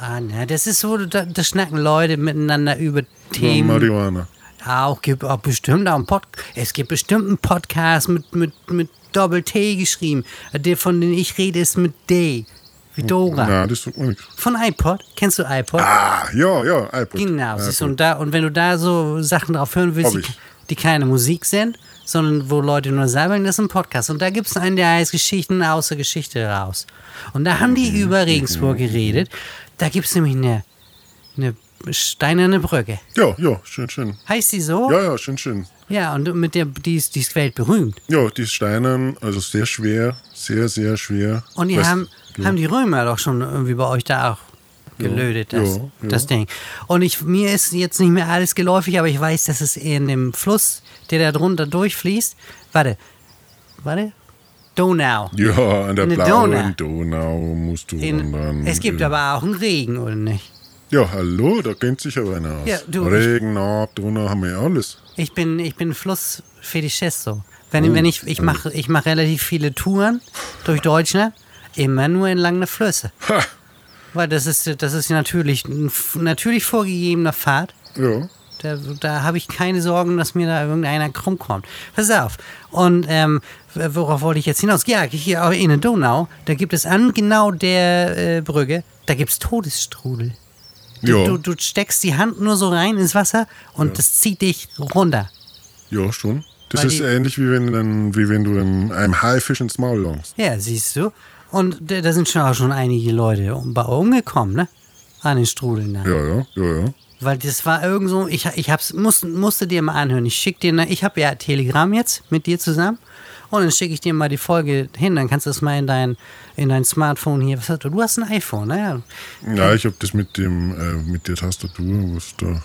[SPEAKER 1] Ah, ne, das ist so, da, da schnacken Leute miteinander über Themen.
[SPEAKER 2] Marihuana.
[SPEAKER 1] Auch gibt auch bestimmt auch einen Pod Es gibt bestimmt einen Podcast mit, mit, mit Doppel-T geschrieben. Der, von dem ich rede, ist mit D. Wie Dora.
[SPEAKER 2] Na, das tut man nichts.
[SPEAKER 1] Von iPod. Kennst du iPod?
[SPEAKER 2] Ah, ja, ja, iPod.
[SPEAKER 1] Genau,
[SPEAKER 2] iPod.
[SPEAKER 1] siehst du, und, da, und wenn du da so Sachen drauf hören willst,
[SPEAKER 2] Hab
[SPEAKER 1] die,
[SPEAKER 2] ich.
[SPEAKER 1] die keine Musik sind, sondern wo Leute nur sammeln, das ist ein Podcast. Und da gibt es einen, der heißt Geschichten aus der Geschichte raus. Und da haben
[SPEAKER 2] Mhm.
[SPEAKER 1] die über Regensburg geredet. Da gibt es nämlich eine, eine steinerne Brücke.
[SPEAKER 2] Ja, ja, schön, schön.
[SPEAKER 1] Heißt die so?
[SPEAKER 2] Ja, ja, schön, schön.
[SPEAKER 1] Ja, und mit der, die ist, die ist weltberühmt.
[SPEAKER 2] Ja, die Steinern, also sehr schwer, sehr, sehr schwer.
[SPEAKER 1] Und die
[SPEAKER 2] Weißt-
[SPEAKER 1] haben, haben die Römer doch schon irgendwie bei euch da auch gelötet, das,
[SPEAKER 2] ja, ja.
[SPEAKER 1] das Ding. Und ich, mir ist jetzt nicht mehr alles geläufig, aber ich weiß, dass es in dem Fluss, der da drunter durchfließt, warte, warte, Donau.
[SPEAKER 2] Ja, an der
[SPEAKER 1] Eine
[SPEAKER 2] blauen Donau. musst du
[SPEAKER 1] In,
[SPEAKER 2] wandern.
[SPEAKER 1] es gibt aber auch einen Regen, oder nicht?
[SPEAKER 2] Ja, hallo, da kennt sich aber einer aus.
[SPEAKER 1] Ja, du-
[SPEAKER 2] Regen, Ab, Donau haben wir ja alles.
[SPEAKER 1] Ich bin, ich bin Flussfetischist Wenn,
[SPEAKER 2] Hm.
[SPEAKER 1] wenn ich, ich mache ich mach relativ viele Touren durch Deutschland, immer nur entlang der Flüsse.
[SPEAKER 2] Ha,
[SPEAKER 1] Weil das ist, das ist natürlich ein f- natürlich vorgegebener Pfad.
[SPEAKER 2] ja.
[SPEAKER 1] Da, da habe ich keine Sorgen, dass mir da irgendeiner krumm kommt. Pass auf. Und ähm, w- worauf wollte ich jetzt hinaus? Ja, hier auch in der Donau, da gibt es an genau der äh, Brücke, da gibt es Todesstrudel. Du,
[SPEAKER 2] Ja,
[SPEAKER 1] du, du steckst die Hand nur so rein ins Wasser und das zieht dich runter.
[SPEAKER 2] ja, schon. Das
[SPEAKER 1] Weil
[SPEAKER 2] ist
[SPEAKER 1] die-
[SPEAKER 2] ähnlich wie wenn, dann, wie wenn du einem, einem Haifisch ins Maul langst.
[SPEAKER 1] Ja, siehst du. Und da, da sind schon auch schon einige Leute um- bei umgekommen, ne? An den Strudeln. da.
[SPEAKER 2] Ja, ja, ja, ja.
[SPEAKER 1] Weil das war irgend so, ich, ich hab's, musste, musste dir mal anhören. Ich schick dir, ne- ich habe ja Telegram jetzt mit dir zusammen. Und dann schicke ich dir mal die Folge hin, dann kannst du das mal in dein, in dein Smartphone hier. Was hast du? Du hast ein iPhone, ne? naja.
[SPEAKER 2] Ja, ich hab das mit dem äh, mit der Tastatur, was da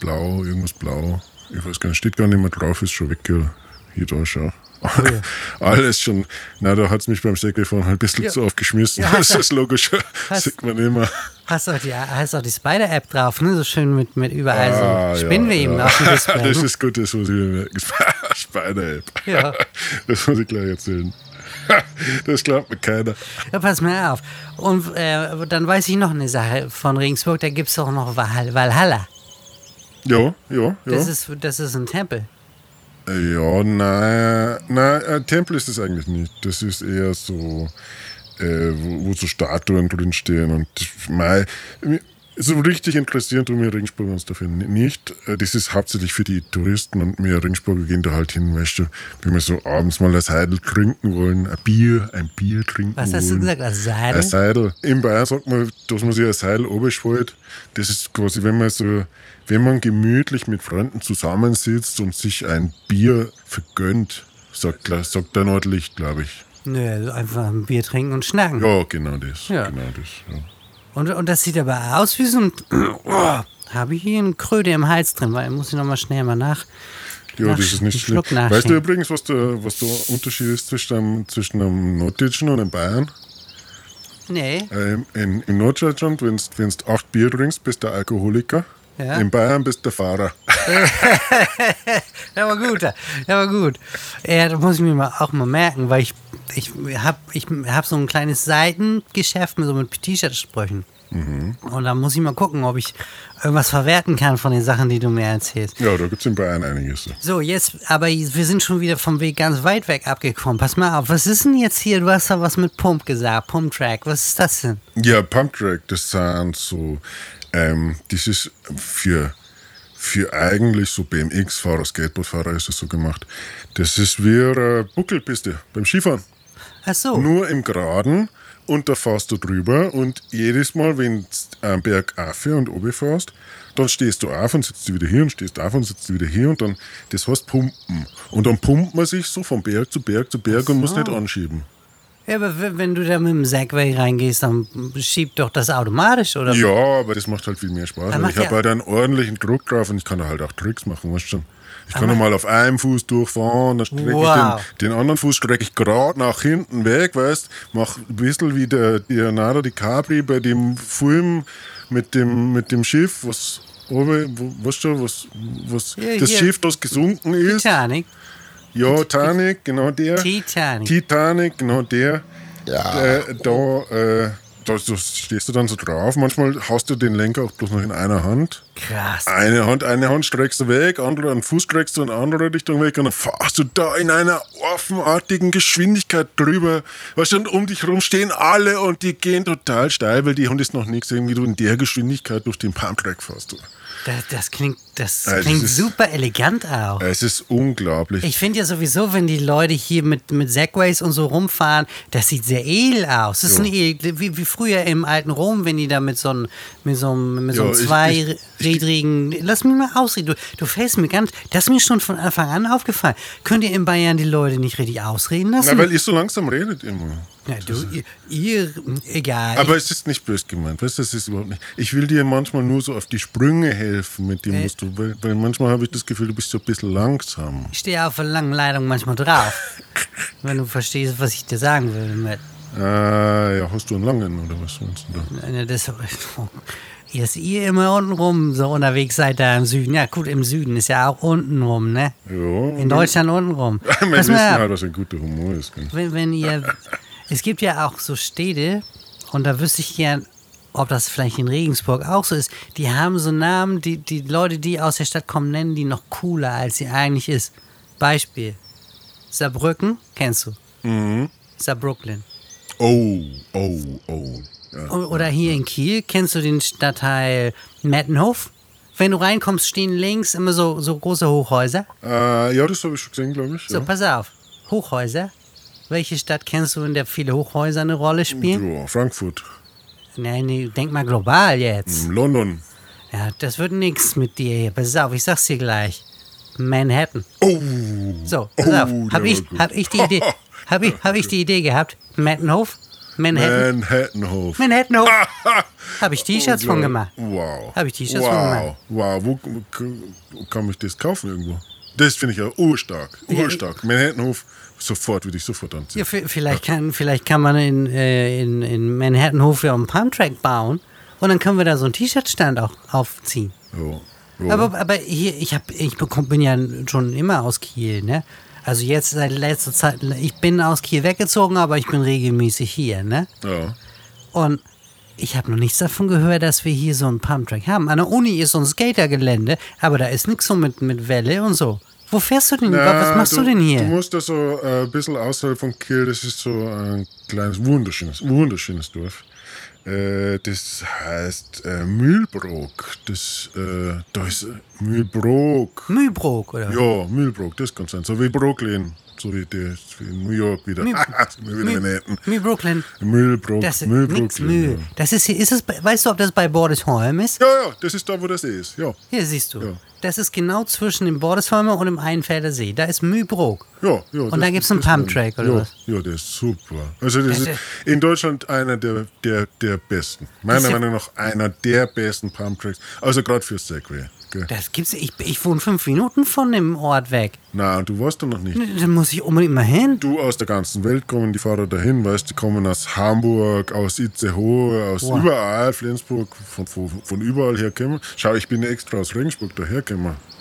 [SPEAKER 2] blau, irgendwas blau. Ich weiß gar nicht, steht gar nicht mehr drauf, ist schon weg. gell? Hier da schau.
[SPEAKER 1] Oh
[SPEAKER 2] Alles schon. Na, da hat's mich beim Sackgefahren halt ein bisschen
[SPEAKER 1] Ja.
[SPEAKER 2] zu aufgeschmissen. das ist logisch.
[SPEAKER 1] Hast-
[SPEAKER 2] Sieht man immer.
[SPEAKER 1] Hast auch die, hast auch die Spider-App drauf, ne? So schön mit, mit überall
[SPEAKER 2] Ah,
[SPEAKER 1] so Spinnweben
[SPEAKER 2] ja.
[SPEAKER 1] auf dem Display.
[SPEAKER 2] Das
[SPEAKER 1] ne?
[SPEAKER 2] ist gut, das muss ich mir merken. Spider-App.
[SPEAKER 1] Ja.
[SPEAKER 2] Das muss ich gleich erzählen. Das glaubt mir keiner.
[SPEAKER 1] Ja, pass mal auf. Und äh, dann weiß ich noch eine Sache von Regensburg, da gibt's doch noch Valhall- Valhalla.
[SPEAKER 2] Ja, ja, ja.
[SPEAKER 1] Das, ist, das ist ein Tempel.
[SPEAKER 2] Ja, nein, nein, ein Tempel ist es eigentlich nicht. Das ist eher so, äh, wo, wo so Statuen drinstehen. Und mei, so richtig interessieren tun mir Regensburger uns dafür ni- nicht. Äh, Das ist hauptsächlich für die Touristen und mir Regensburger gehen da halt hin, weißt du, wenn wir so abends mal das Heidel trinken wollen, ein Bier, ein Bier trinken
[SPEAKER 1] Was hast du
[SPEAKER 2] wollen.
[SPEAKER 1] gesagt? Also Das
[SPEAKER 2] Ein
[SPEAKER 1] Seidel?
[SPEAKER 2] Seidel. In Bayern sagt man, dass man sich ein Seidel oberschwallt. Das ist quasi, wenn man so, wenn man gemütlich mit Freunden zusammensitzt und sich ein Bier vergönnt, sagt, sagt der Nordlicht, glaube ich.
[SPEAKER 1] Nö, also einfach ein Bier trinken und schnacken.
[SPEAKER 2] Ja, genau das.
[SPEAKER 1] Ja.
[SPEAKER 2] Genau das. Ja.
[SPEAKER 1] Und, und das sieht aber aus wie so ein. Oh, habe ich hier eine Kröte im Hals drin, weil ich muss ich nochmal schnell mal nach.
[SPEAKER 2] Ja,
[SPEAKER 1] Nach-
[SPEAKER 2] das ist nicht schlimm.
[SPEAKER 1] Schluck nachschenken.
[SPEAKER 2] Weißt du übrigens, was der, was der Unterschied ist zwischen einem, zwischen einem Norddeutschen und einem Bayern?
[SPEAKER 1] Nee,
[SPEAKER 2] Ähm, in, in Norddeutschland, wenn du acht Bier trinkst, bist du der Alkoholiker.
[SPEAKER 1] Ja.
[SPEAKER 2] In Bayern bist du der Fahrer.
[SPEAKER 1] der war gut, der war gut. Ja, das muss ich mir mal, auch mal merken, weil ich, ich habe ich hab so ein kleines Seitengeschäft mit, so mit T-Shirt-Sprüchen. Und da muss ich mal gucken, ob ich irgendwas verwerten kann von den Sachen, die du mir erzählst.
[SPEAKER 2] Ja, da gibt es in Bayern einiges.
[SPEAKER 1] So, jetzt, aber wir sind schon wieder vom Weg ganz weit weg abgekommen. Pass mal auf, was ist denn jetzt hier? Du hast da was mit Pump gesagt, Pump-Track. Was ist das denn?
[SPEAKER 2] Ja, Pumptrack, das sind so, ähm, das ist für, für eigentlich so BMX-Fahrer, Skateboardfahrer ist das so gemacht. Das ist wie eine Buckelpiste beim Skifahren.
[SPEAKER 1] Ach so.
[SPEAKER 2] Nur im Geraden und da fährst du drüber und jedes Mal, wenn du am Berg auf und oben fährst, dann stehst du auf und sitzt du wieder hier und stehst auf und sitzt du wieder hier und dann, das heißt Pumpen. Und dann pumpt man sich so von Berg zu Berg zu Berg und muss nicht anschieben.
[SPEAKER 1] Ja, aber w- wenn du da mit dem Segway reingehst, dann schiebt doch das automatisch, oder?
[SPEAKER 2] Ja, aber das macht halt viel mehr Spaß.
[SPEAKER 1] Also Aber
[SPEAKER 2] weil
[SPEAKER 1] macht
[SPEAKER 2] Ich habe
[SPEAKER 1] ja-
[SPEAKER 2] halt einen ordentlichen Druck drauf und ich kann da halt auch Tricks machen, weißt du schon. Ich kann mal auf einem Fuß durchfahren, dann strecke
[SPEAKER 1] Wow.
[SPEAKER 2] ich den, den anderen Fuß strecke ich gerade nach hinten weg, weißt mach ein bisschen wie der Leonardo DiCaprio bei dem Film mit dem, mit dem Schiff, was oben, wo- weißt du, was, was
[SPEAKER 1] Ja,
[SPEAKER 2] das
[SPEAKER 1] hier.
[SPEAKER 2] Schiff, das gesunken ist.
[SPEAKER 1] Titanic.
[SPEAKER 2] Ja, Titanic, genau der.
[SPEAKER 1] Titanic.
[SPEAKER 2] Titanic, genau der. Äh, da, äh, da, da stehst du dann so drauf. Manchmal haust du den Lenker auch bloß noch in einer Hand.
[SPEAKER 1] Krass.
[SPEAKER 2] Eine Hand, eine Hand streckst du weg, andere einen Fuß streckst du in eine andere Richtung weg und dann fahrst du da in einer offenartigen Geschwindigkeit drüber. Weißt du, und um dich rum stehen alle und die gehen total steil, weil die haben das noch nicht gesehen, wie du in der Geschwindigkeit durch den Pumptrack fährst.
[SPEAKER 1] Das, das klingt, das
[SPEAKER 2] Also,
[SPEAKER 1] klingt
[SPEAKER 2] es ist-
[SPEAKER 1] super elegant auch.
[SPEAKER 2] Es ist unglaublich.
[SPEAKER 1] Ich finde ja sowieso, wenn die Leute hier mit, mit Segways und so rumfahren, das sieht sehr edel aus. Das ist
[SPEAKER 2] Ja.
[SPEAKER 1] ein edel, wie, wie früher im alten Rom, wenn die da mit so einem mit so einem- mit so
[SPEAKER 2] Ja,
[SPEAKER 1] einem
[SPEAKER 2] ich-
[SPEAKER 1] zweirädrigen. lass mich mal ausreden. Du, du fällst mir ganz. Das ist mir schon von Anfang an aufgefallen. Könnt ihr in Bayern die Leute nicht richtig ausreden
[SPEAKER 2] Na,
[SPEAKER 1] lassen?
[SPEAKER 2] weil ihr so langsam redet immer.
[SPEAKER 1] Na, du, ihr, ihr, egal.
[SPEAKER 2] Aber es ist nicht böse gemeint, weißt du, es ist überhaupt nicht. Ich will dir manchmal nur so auf die Sprünge helfen mit dem, was du, weil, weil manchmal habe ich das Gefühl, du bist so ein bisschen langsam.
[SPEAKER 1] Ich stehe auf der langen Leitung manchmal drauf. wenn du verstehst, was ich dir sagen will. Mit,
[SPEAKER 2] Ah, ja, hast du einen langen oder was meinst du da?
[SPEAKER 1] ne, das, dass ihr immer unten rum so unterwegs seid da im Süden. Ja, gut, im Süden ist ja auch unten rum, ne?
[SPEAKER 2] Ja,
[SPEAKER 1] In Deutschland unten rum.
[SPEAKER 2] Wir
[SPEAKER 1] Pass
[SPEAKER 2] wissen
[SPEAKER 1] mal ab,
[SPEAKER 2] halt, was ein guter Humor ist. gell?
[SPEAKER 1] wenn, wenn ihr. Es gibt ja auch so Städte, und da wüsste ich gern, ob das vielleicht in Regensburg auch so ist. Die haben so Namen, die, die Leute, die aus der Stadt kommen, nennen die noch cooler, als sie eigentlich ist. Beispiel: Saarbrücken, kennst du? Saarbrücken.
[SPEAKER 2] Mhm. Oh, oh, oh. Ja.
[SPEAKER 1] O- Oder hier in Kiel, kennst du den Stadtteil Mettenhof? Wenn du reinkommst, stehen links immer so, so große Hochhäuser.
[SPEAKER 2] Ah, ja, das habe ich schon gesehen, glaube ich.
[SPEAKER 1] So,
[SPEAKER 2] Ja.
[SPEAKER 1] pass auf. Hochhäuser. Welche Stadt kennst du, in der viele Hochhäuser eine Rolle spielen?
[SPEAKER 2] ja, Frankfurt,
[SPEAKER 1] Nein, nee, denk mal global jetzt.
[SPEAKER 2] London.
[SPEAKER 1] Ja, das wird nix mit dir hier. Pass auf, ich sag's dir gleich. Manhattan.
[SPEAKER 2] Oh,
[SPEAKER 1] So, pass
[SPEAKER 2] Oh,
[SPEAKER 1] auf. Hab
[SPEAKER 2] der
[SPEAKER 1] ich,
[SPEAKER 2] war gut.
[SPEAKER 1] hab ich die Idee, hab ich, hab ich die Idee gehabt? Manhattanhof? Manhattan?
[SPEAKER 2] Manhattanhof.
[SPEAKER 1] Manhattanhof. Hab ich T-Shirts von gemacht.
[SPEAKER 2] Unglaublich. Wow.
[SPEAKER 1] Hab ich T-Shirts
[SPEAKER 2] wow.
[SPEAKER 1] von gemacht.
[SPEAKER 2] Wow, wo, wo wo kann ich das kaufen irgendwo? Das finde ich ja urstark.
[SPEAKER 1] Ja,
[SPEAKER 2] Urstark. Manhattanhof, sofort würde ich sofort anziehen.
[SPEAKER 1] Ja, vi- vielleicht, kann, vielleicht kann man in, äh, in, in Manhattanhof ja einen Pumptrack bauen und dann können wir da so einen T-Shirt-Stand auch aufziehen.
[SPEAKER 2] Ja. Ja.
[SPEAKER 1] Aber, aber hier, ich, hab, ich bekomm, bin ja schon immer aus Kiel, ne? Also jetzt seit letzter Zeit, ich bin aus Kiel weggezogen, aber ich bin regelmäßig hier, ne?
[SPEAKER 2] ja.
[SPEAKER 1] Und ich habe noch nichts davon gehört, dass wir hier so einen Pumptrack haben. An der Uni ist so ein Skatergelände, aber da ist nichts so mit, mit Welle und so. Wo fährst du denn?
[SPEAKER 2] Na,
[SPEAKER 1] was machst du, denn hier?
[SPEAKER 2] Du musst da so äh, ein bisschen außerhalb von Kiel, das ist so ein kleines, wunderschönes, wunderschönes Dorf. Äh, das heißt äh, Mühlbrook. Das, äh, da ist äh, Mühlbrook.
[SPEAKER 1] Mühlbrook, oder?
[SPEAKER 2] Ja, Mühlbrook, das kann sein. So wie Brooklyn. So wie, die, wie in New York wieder.
[SPEAKER 1] Mühl-
[SPEAKER 2] Sind wir wieder in Manhattan.
[SPEAKER 1] Mühlbrooklyn.
[SPEAKER 2] Mühlbrook.
[SPEAKER 1] Das ist
[SPEAKER 2] Mühlbrook,
[SPEAKER 1] nix Mühl.
[SPEAKER 2] Ja.
[SPEAKER 1] Das ist hier, ist es, bei- weißt du, ob das bei Bordesholm ist?
[SPEAKER 2] ja, ja, das ist da, wo das ist. Ja,
[SPEAKER 1] Hier siehst du.
[SPEAKER 2] Ja.
[SPEAKER 1] Das ist genau zwischen dem Bordesholmer und dem Einfelder See. Da ist Mühlbrook.
[SPEAKER 2] ja, ja.
[SPEAKER 1] Und da gibt's einen Pumptrack, oder
[SPEAKER 2] ja,
[SPEAKER 1] was?
[SPEAKER 2] Ja, der ist super. Also, das
[SPEAKER 1] Das
[SPEAKER 2] ist
[SPEAKER 1] ist-
[SPEAKER 2] in Deutschland einer der, der, der besten. Meiner
[SPEAKER 1] ist ja-
[SPEAKER 2] Meinung nach einer der besten Pumptracks. Also, gerade für Segway. Gell?
[SPEAKER 1] Das gibt's. Ich, ich wohne fünf Minuten von dem Ort weg.
[SPEAKER 2] Na, und du warst da noch nicht.
[SPEAKER 1] Da muss ich unbedingt mal hin.
[SPEAKER 2] Du aus der ganzen Welt kommen die Fahrer dahin, weißt die kommen aus Hamburg, aus Itzehoe, aus
[SPEAKER 1] Wow.
[SPEAKER 2] überall, Flensburg, von, von, von überall herkommen. Schau, ich bin extra aus Regensburg dahergekommen.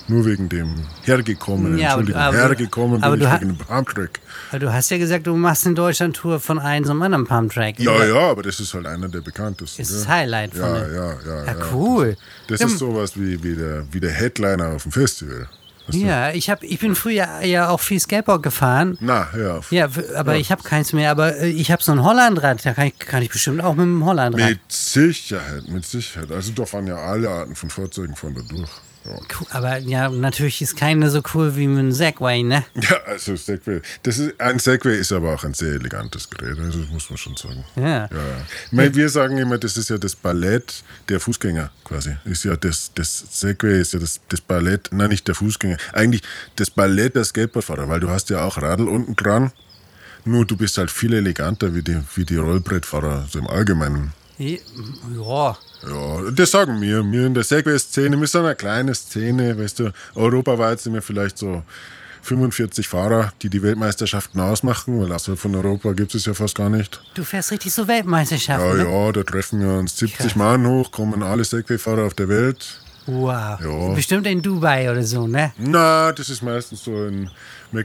[SPEAKER 2] Nur wegen dem hergekommen,
[SPEAKER 1] Ja, aber du-
[SPEAKER 2] Entschuldigung,
[SPEAKER 1] aber-
[SPEAKER 2] hergekommen
[SPEAKER 1] aber
[SPEAKER 2] bin
[SPEAKER 1] du
[SPEAKER 2] ich
[SPEAKER 1] ha-
[SPEAKER 2] wegen dem Pumptrack.
[SPEAKER 1] Weil du hast ja gesagt, du machst eine Deutschland-Tour von einem zum anderen Pumptrack.
[SPEAKER 2] Ja, ja, aber das ist halt einer der bekanntesten.
[SPEAKER 1] Ist
[SPEAKER 2] gell?
[SPEAKER 1] das Highlight von
[SPEAKER 2] ja,
[SPEAKER 1] dem.
[SPEAKER 2] ja, ja,
[SPEAKER 1] Ja,
[SPEAKER 2] ja.
[SPEAKER 1] cool.
[SPEAKER 2] Das
[SPEAKER 1] Ja,
[SPEAKER 2] ist sowas wie, wie, der, wie der Headliner auf dem Festival. Also,
[SPEAKER 1] Ja, ich, hab, ich bin früher ja auch viel Skateboard gefahren.
[SPEAKER 2] Na, hör auf.
[SPEAKER 1] Ja, w- aber ich habe keins mehr. Aber äh, ich habe so ein Hollandrad. Da kann ich, kann ich bestimmt auch mit dem Hollandrad.
[SPEAKER 2] Mit Sicherheit, mit Sicherheit. Also da fahren ja alle Arten von Fahrzeugen von da durch. Ja.
[SPEAKER 1] Cool, Aber ja, natürlich ist keine so cool wie mit dem Segway, ne?
[SPEAKER 2] Ja, also Segway. Das ist, ein Segway ist aber auch ein sehr elegantes Gerät, also das muss man schon sagen.
[SPEAKER 1] Ja.
[SPEAKER 2] Ja, ja. Ich meine, wir sagen immer, das ist ja das Ballett der Fußgänger quasi. Ist ja das, das Segway ist ja das, das Ballett, nein, nicht der Fußgänger, eigentlich das Ballett der Skateboardfahrer, weil du hast ja auch Radl unten dran, nur du bist halt viel eleganter wie die, wie die Rollbrettfahrer so im Allgemeinen.
[SPEAKER 1] I- Ja.
[SPEAKER 2] Ja, das sagen wir. Wir in der Segway-Szene, wir sind eine kleine Szene, weißt du. Europaweit sind wir vielleicht so 45 Fahrer, die die Weltmeisterschaften ausmachen, weil außerhalb von Europa gibt es ja fast gar nicht.
[SPEAKER 1] Du fährst richtig so Weltmeisterschaften.
[SPEAKER 2] Ja,
[SPEAKER 1] Ne?
[SPEAKER 2] ja, da treffen wir uns 70 Mann hoch, kommen alle Segway-Fahrer auf der Welt.
[SPEAKER 1] Wow.
[SPEAKER 2] Ja.
[SPEAKER 1] Bestimmt in Dubai oder so, ne?
[SPEAKER 2] Na, das ist meistens so in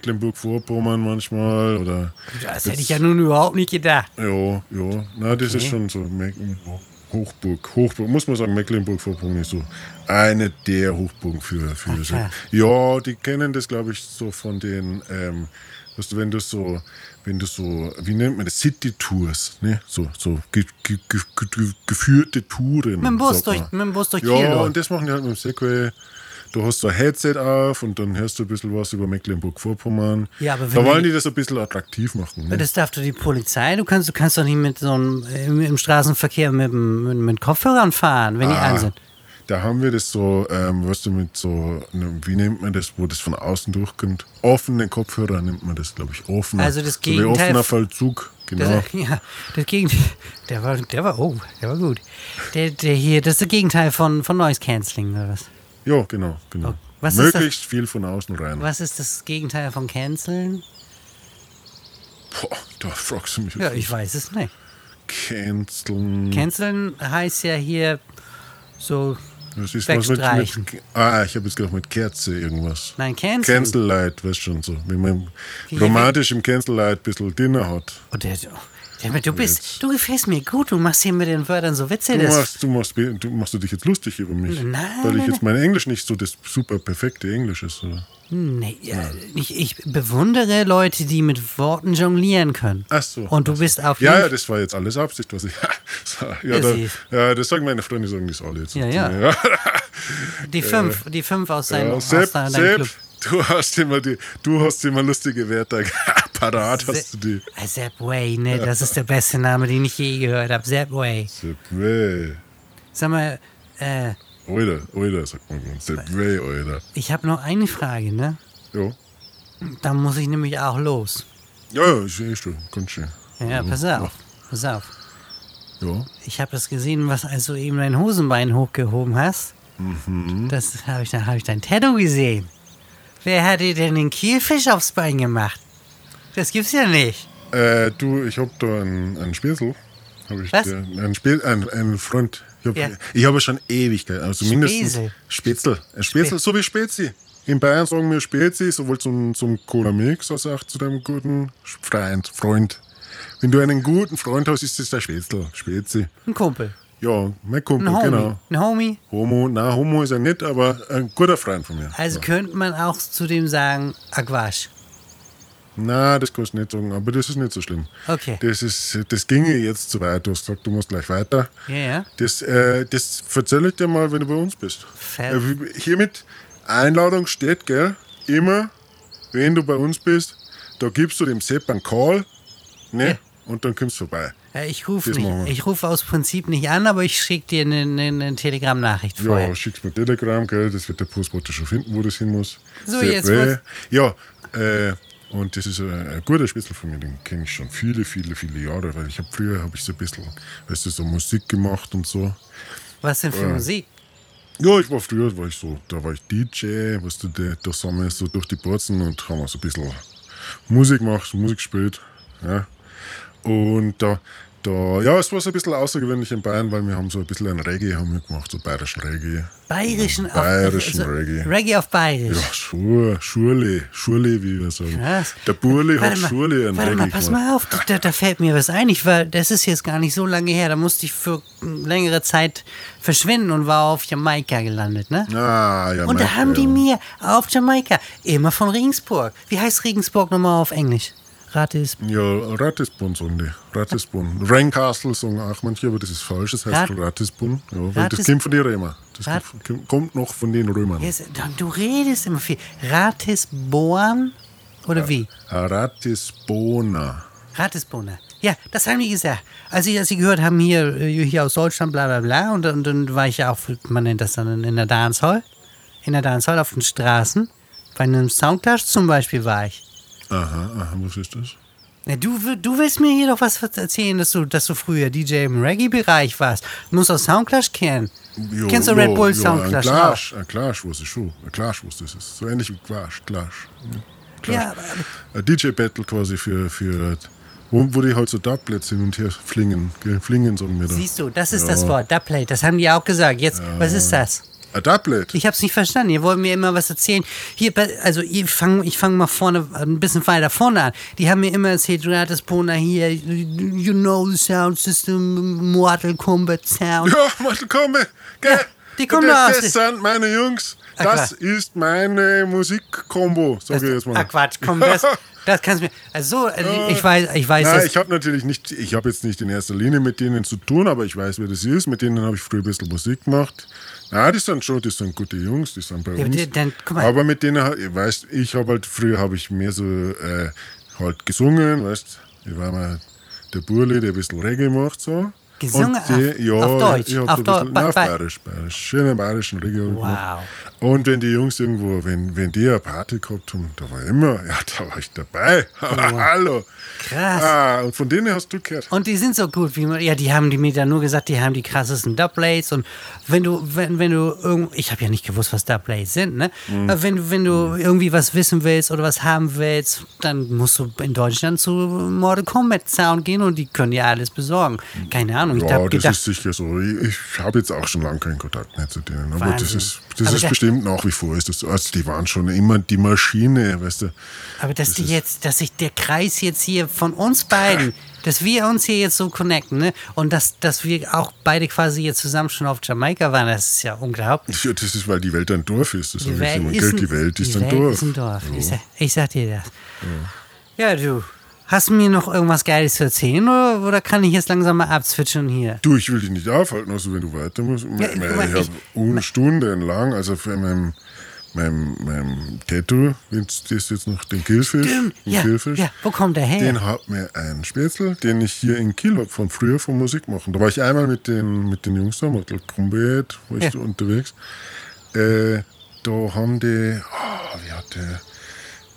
[SPEAKER 2] Mecklenburg-Vorpommern manchmal oder.
[SPEAKER 1] Das hätte ich ja nun überhaupt nicht gedacht.
[SPEAKER 2] Ja, ja. Na, das ist schon so Mecklenburg. Hochburg, Hochburg, muss man sagen, Mecklenburg-Vorpommern ist so eine der Hochburgen für, für so.
[SPEAKER 1] klar.
[SPEAKER 2] Ja, die kennen das, glaube ich, so von den, ähm, weißt du, wenn du so, wenn du so, wie nennt man das, City-Tours, ne? So, so ge, ge, ge, ge, geführte Touren.
[SPEAKER 1] Mit dem Bus
[SPEAKER 2] sagt man.
[SPEAKER 1] durch, mit dem Bus durch Kiel.
[SPEAKER 2] Ja,
[SPEAKER 1] durch.
[SPEAKER 2] und das machen die halt mit dem Segway. Du hast so ein Headset auf und dann hörst du ein bisschen was über Mecklenburg-Vorpommern.
[SPEAKER 1] Ja, aber wenn
[SPEAKER 2] da
[SPEAKER 1] wir-
[SPEAKER 2] wollen die das ein bisschen attraktiv machen. Ne?
[SPEAKER 1] Das darf doch die Polizei. Du kannst, du kannst doch nicht mit so einem im, im Straßenverkehr mit, dem- mit, mit Kopfhörern fahren, wenn die
[SPEAKER 2] Ah,
[SPEAKER 1] an sind.
[SPEAKER 2] Da haben wir das so, ähm, weißt du, mit so, einem- wie nennt man das, wo das von außen durchkommt? Offene Kopfhörer nennt man das, glaube ich. Offener.
[SPEAKER 1] Also das
[SPEAKER 2] wie
[SPEAKER 1] Gegenteil-
[SPEAKER 2] offener Vollzug,
[SPEAKER 1] Das,
[SPEAKER 2] genau.
[SPEAKER 1] ja, das Gegenteil. Der war, der war, oh, der war gut. Der, der hier, das ist das Gegenteil von, von Noise Cancelling oder was?
[SPEAKER 2] Ja, genau, genau.
[SPEAKER 1] Okay. Was ist das?
[SPEAKER 2] Möglichst viel von außen rein.
[SPEAKER 1] Was ist das Gegenteil von Canceln?
[SPEAKER 2] Boah, da fragst du mich.
[SPEAKER 1] Ja, ich weiß es nicht.
[SPEAKER 2] Canceln.
[SPEAKER 1] Canceln heißt ja hier so,
[SPEAKER 2] das ist was mit,
[SPEAKER 1] wegstreichen.
[SPEAKER 2] mit, Ah, ich habe jetzt gedacht, mit Kerze irgendwas.
[SPEAKER 1] nein, Canceln.
[SPEAKER 2] Cancel Light, weißt schon so. Wenn man
[SPEAKER 1] Wie-
[SPEAKER 2] romantisch im Cancel Light ein bisschen Dinner hat.
[SPEAKER 1] Oh, der, der, du bist, du gefällst mir gut, du machst hier mit den Wörtern so Witze.
[SPEAKER 2] Du
[SPEAKER 1] Das,
[SPEAKER 2] machst, du, machst, du machst du dich jetzt lustig über mich,
[SPEAKER 1] Nein,
[SPEAKER 2] weil ich
[SPEAKER 1] nein,
[SPEAKER 2] jetzt mein Englisch nicht so das super perfekte Englisch ist. Oder?
[SPEAKER 1] nee, ja, ich, ich bewundere Leute, die mit Worten jonglieren können.
[SPEAKER 2] Ach so.
[SPEAKER 1] Und du bist auf
[SPEAKER 2] Ja, ja,
[SPEAKER 1] jeden
[SPEAKER 2] das war jetzt alles Absicht, was ich. ja,
[SPEAKER 1] Ja,
[SPEAKER 2] da,
[SPEAKER 1] sie-
[SPEAKER 2] ja, das sagen meine Freunde, sagen das alle jetzt.
[SPEAKER 1] Ja, ja. die fünf, die fünf aus
[SPEAKER 2] äh, Ja,
[SPEAKER 1] seinem, aus
[SPEAKER 2] Sepp,
[SPEAKER 1] deinem
[SPEAKER 2] Sepp,
[SPEAKER 1] Club.
[SPEAKER 2] du hast immer die, du hast immer lustige Werte parat, hast du die.
[SPEAKER 1] Ah, Zapway, ne? Das ist der beste Name, den ich je gehört habe. Zapway.
[SPEAKER 2] Sepp, weh.
[SPEAKER 1] Sag mal, äh,
[SPEAKER 2] Oida, Oida, sagt man. gut. Sepp, weh, Oida.
[SPEAKER 1] ich habe noch eine Frage, ne?
[SPEAKER 2] Jo.
[SPEAKER 1] Da muss ich nämlich auch los.
[SPEAKER 2] Ja, ja, ich sehe schon, ganz schön.
[SPEAKER 1] Ja,
[SPEAKER 2] Mhm.
[SPEAKER 1] pass auf. Pass auf.
[SPEAKER 2] Ja.
[SPEAKER 1] Ich habe das gesehen, was als du eben dein Hosenbein hochgehoben hast.
[SPEAKER 2] Mhm.
[SPEAKER 1] Das habe ich, da habe ich dein Tattoo gesehen. Wer hat dir denn den Kielfisch aufs Bein gemacht? Das gibt's ja nicht.
[SPEAKER 2] Äh, du, ich hab da einen, einen Spiesel. Hab ich
[SPEAKER 1] Was?
[SPEAKER 2] dir- Einen, Spiel, einen, einen Freund. Ich hab,
[SPEAKER 1] Ja.
[SPEAKER 2] ich hab schon Ewigkeit. Also mindestens
[SPEAKER 1] Spesel.
[SPEAKER 2] Spätzl. Ein Spätzl, so wie Spezi. In Bayern sagen wir Spezi, sowohl zum, zum Cola Mix als auch zu deinem guten Freund. Freund. Wenn du einen guten Freund hast, ist das der Spätzl. Spezi.
[SPEAKER 1] Ein Kumpel.
[SPEAKER 2] Ja, mein Kumpel,
[SPEAKER 1] Ein Homie.
[SPEAKER 2] genau.
[SPEAKER 1] Ein Homie.
[SPEAKER 2] Homo, na, Homo ist er nicht, aber ein guter Freund von mir.
[SPEAKER 1] Also könnte man auch zu dem sagen, Aquash.
[SPEAKER 2] Na, das kannst du nicht sagen, aber das ist nicht so schlimm.
[SPEAKER 1] Okay.
[SPEAKER 2] Das, ist, das ginge jetzt zu weit. Du hast gesagt, du musst gleich weiter.
[SPEAKER 1] Ja, ja.
[SPEAKER 2] Das, äh, das erzähl ich dir mal, wenn du bei uns bist.
[SPEAKER 1] Fair.
[SPEAKER 2] Äh, hiermit Einladung steht, gell? Immer, wenn du bei uns bist, da gibst du dem Sepp einen Call, ne?
[SPEAKER 1] Ja.
[SPEAKER 2] Und dann kommst du vorbei.
[SPEAKER 1] Ja, ich rufe
[SPEAKER 2] Das machen
[SPEAKER 1] nicht.
[SPEAKER 2] wir.
[SPEAKER 1] Ich rufe aus Prinzip nicht an, aber ich schicke dir eine, eine, eine Telegram-Nachricht vorher.
[SPEAKER 2] Ja, schick's mir Telegram, gell? Das wird der Postbote schon finden, wo das hin muss.
[SPEAKER 1] So,
[SPEAKER 2] Sepp,
[SPEAKER 1] jetzt
[SPEAKER 2] weh.
[SPEAKER 1] was-
[SPEAKER 2] Ja, äh, und das ist ein, ein guter Spitzel von mir, den kenne ich schon viele, viele, viele Jahre, weil ich habe früher habe ich so ein bisschen, weißt du, so Musik gemacht und so.
[SPEAKER 1] Was denn für Musik?
[SPEAKER 2] Ja, ich war früher, war ich so, da war ich DJ, weißt du, da, da sind wir so durch die Porzen und haben so ein bisschen Musik gemacht, Musik gespielt. Ja. Und da, da, ja, es war so ein bisschen außergewöhnlich in Bayern, weil wir haben so ein bisschen ein Reggae haben wir gemacht, so bayerischen Reggae.
[SPEAKER 1] Bayerischen, auf-
[SPEAKER 2] Bayerischen Reggae.
[SPEAKER 1] Reggae auf Bayerisch.
[SPEAKER 2] Ja, Schur, Schurle, Schurle, wie wir sagen.
[SPEAKER 1] Krass.
[SPEAKER 2] Der Burle hat
[SPEAKER 1] Warte mal,
[SPEAKER 2] Schurle ein
[SPEAKER 1] warte mal,
[SPEAKER 2] Reggae
[SPEAKER 1] pass
[SPEAKER 2] gemacht.
[SPEAKER 1] mal auf, du, da, da fällt mir was ein. Ich war, das ist jetzt gar nicht so lange her. Da musste ich für längere Zeit verschwinden und war auf Jamaika gelandet, ne?
[SPEAKER 2] Ah, ja,
[SPEAKER 1] und da
[SPEAKER 2] Mike,
[SPEAKER 1] haben die
[SPEAKER 2] ja.
[SPEAKER 1] mir auf Jamaika immer von Regensburg. Wie heißt Regensburg nochmal auf Englisch? Rate es.
[SPEAKER 2] Ja, Ratisbun sagen die. Ratisbun. Raincastle sagen auch manche, aber das ist falsch. Das heißt
[SPEAKER 1] Rat-
[SPEAKER 2] Ratisbun. Ja, weil
[SPEAKER 1] Ratis-
[SPEAKER 2] das kommt von den Römern. Das
[SPEAKER 1] Rat-
[SPEAKER 2] kommt- kommt noch von den Römern.
[SPEAKER 1] Yes, dann- Du redest immer viel. Ratisboan oder wie?
[SPEAKER 2] Ah, Ratisbona.
[SPEAKER 1] Ratisbohne. Ja, das haben die gesagt. Als ich, als ich gehört haben, hier, äh, hier aus Deutschland, bla bla bla, und, dann- und dann war ich ja auch, man nennt das dann in- in der Dancehall, in der Dancehall auf den Straßen, bei einem Soundclash zum Beispiel war ich.
[SPEAKER 2] Aha, aha, was ist das?
[SPEAKER 1] Na, du, wi- du willst mir hier doch was erzählen, dass du, dass du früher DJ im Reggae-Bereich warst. Du musst auch Soundclash kennen.
[SPEAKER 2] Ja,
[SPEAKER 1] Kennst du Red
[SPEAKER 2] ja,
[SPEAKER 1] Bull
[SPEAKER 2] ja, Ein
[SPEAKER 1] Soundclash? auch?
[SPEAKER 2] Clash, ein Clash wusste ich schon. Ein Clash wusste ich. So ähnlich wie Clash, Clash. Clash.
[SPEAKER 1] Ja, aber-
[SPEAKER 2] Ein DJ-Battle quasi für, für wo, wo die halt so Dartplätze hin und her flingen. Gell? Flingen sagen wir da.
[SPEAKER 1] Siehst du, das ist
[SPEAKER 2] Ja.
[SPEAKER 1] das Wort, Dubplate. Das haben die auch gesagt. Jetzt, was ist das?
[SPEAKER 2] Ein Dartblatt?
[SPEAKER 1] Ich habe es nicht verstanden. Ihr wollt mir immer was erzählen. Hier, bei- also ich fange ich fang mal vorne, ein bisschen weiter vorne an. Die haben mir immer erzählt, Ratis Pona hier, you know the sound system, Mortal Kombat Sound.
[SPEAKER 2] Ja, Mortal Kombat. Gell?
[SPEAKER 1] Ja, die kommen
[SPEAKER 2] das,
[SPEAKER 1] da aus-
[SPEAKER 2] Das sind meine Jungs.
[SPEAKER 1] Ah,
[SPEAKER 2] das
[SPEAKER 1] klar.
[SPEAKER 2] ist meine Musikkombo,
[SPEAKER 1] Das-
[SPEAKER 2] sage ich jetzt mal. Äh,
[SPEAKER 1] Ah, Quatsch, komm, das, das kannst du mir. Also, so, also ich weiß, ich weiß
[SPEAKER 2] Nein,
[SPEAKER 1] das.
[SPEAKER 2] ich habe natürlich nicht, ich habe jetzt nicht in erster Linie mit denen zu tun, aber ich weiß, wer das ist. Mit denen habe ich früher ein bisschen Musik gemacht. Ja, die sind schon, die sind gute Jungs, die sind bei
[SPEAKER 1] aber
[SPEAKER 2] uns.
[SPEAKER 1] die- dann- guck mal.
[SPEAKER 2] Aber mit denen, ha- ich weiß, ich habe halt früher habe ich mehr so äh, halt gesungen, weißt Ich war mal der Burli, der ein bisschen Reggae macht so.
[SPEAKER 1] Gesungen
[SPEAKER 2] Und die,
[SPEAKER 1] auf-
[SPEAKER 2] ja,
[SPEAKER 1] auf Deutsch,
[SPEAKER 2] Ich hab
[SPEAKER 1] auf
[SPEAKER 2] so
[SPEAKER 1] Deu-
[SPEAKER 2] ein bisschen,
[SPEAKER 1] bei-
[SPEAKER 2] nein, auf
[SPEAKER 1] bei-
[SPEAKER 2] bayerisch, bayerisch, schönen bayerischen Reggae. hab ich
[SPEAKER 1] Wow.
[SPEAKER 2] gemacht. Und wenn die Jungs irgendwo, wenn, wenn die eine Party gehabt haben, da war ich immer, ja, da war ich dabei. Hallo.
[SPEAKER 1] Krass.
[SPEAKER 2] Ah, und von denen hast du gehört.
[SPEAKER 1] Und die sind so gut wie man. Ja, die haben die mir dann nur gesagt, die haben die krassesten Dubplates. Und wenn du, wenn, wenn du irgend, ich habe ja nicht gewusst, was Dubplates sind, ne?
[SPEAKER 2] Mhm.
[SPEAKER 1] Aber wenn, du- wenn du irgendwie was wissen willst oder was haben willst, dann musst du in Deutschland zu Mortal Kombat Sound gehen und die können ja alles besorgen. Keine Ahnung. ich
[SPEAKER 2] Ja,
[SPEAKER 1] habe
[SPEAKER 2] das
[SPEAKER 1] gedacht,
[SPEAKER 2] ist sicher so. Ich, ich habe jetzt auch schon lange keinen Kontakt mehr zu denen. Aber das
[SPEAKER 1] Wahnsinn.
[SPEAKER 2] ist, das
[SPEAKER 1] Aber
[SPEAKER 2] ist
[SPEAKER 1] der-
[SPEAKER 2] bestimmt nach wie vor. Ist das, so. also die waren schon immer die Maschine, weißt du.
[SPEAKER 1] aber dass die jetzt, dass sich der Kreis jetzt hier von uns beiden, dass wir uns hier jetzt so connecten, ne? Und dass, dass wir auch beide quasi jetzt zusammen schon auf Jamaika waren, das ist ja unglaublich.
[SPEAKER 2] Ja, das ist, weil die Welt ein Dorf ist. Das sag
[SPEAKER 1] Die
[SPEAKER 2] ich
[SPEAKER 1] Welt
[SPEAKER 2] immer.
[SPEAKER 1] ist
[SPEAKER 2] Gell,
[SPEAKER 1] ein,
[SPEAKER 2] die Welt ist
[SPEAKER 1] die
[SPEAKER 2] ein
[SPEAKER 1] Welt
[SPEAKER 2] Dorf.
[SPEAKER 1] Ist ein Dorf. Ich, sag, ich sag dir das. Ja, du. Hast du mir noch irgendwas Geiles zu erzählen oder, oder kann ich jetzt langsam mal abzwitschern hier?
[SPEAKER 2] Du, ich will dich nicht aufhalten, also wenn du weiter musst.
[SPEAKER 1] guck mal,
[SPEAKER 2] ich habe
[SPEAKER 1] ich-
[SPEAKER 2] un- stundenlang, also für meinem, meinem, meinem Tattoo, wenn das jetzt noch den Killfisch, den
[SPEAKER 1] Ja,
[SPEAKER 2] Killfisch
[SPEAKER 1] Ah, ja, wo kommt der her?
[SPEAKER 2] Den hat mir ein Spätzle, den ich hier in Kiel hab, von früher vom Musik machen. Da war ich einmal mit den, mit den Jungs da, Mortal Kombat, war ich
[SPEAKER 1] Ja.
[SPEAKER 2] da unterwegs. Äh, da haben die, ah, wie hat der,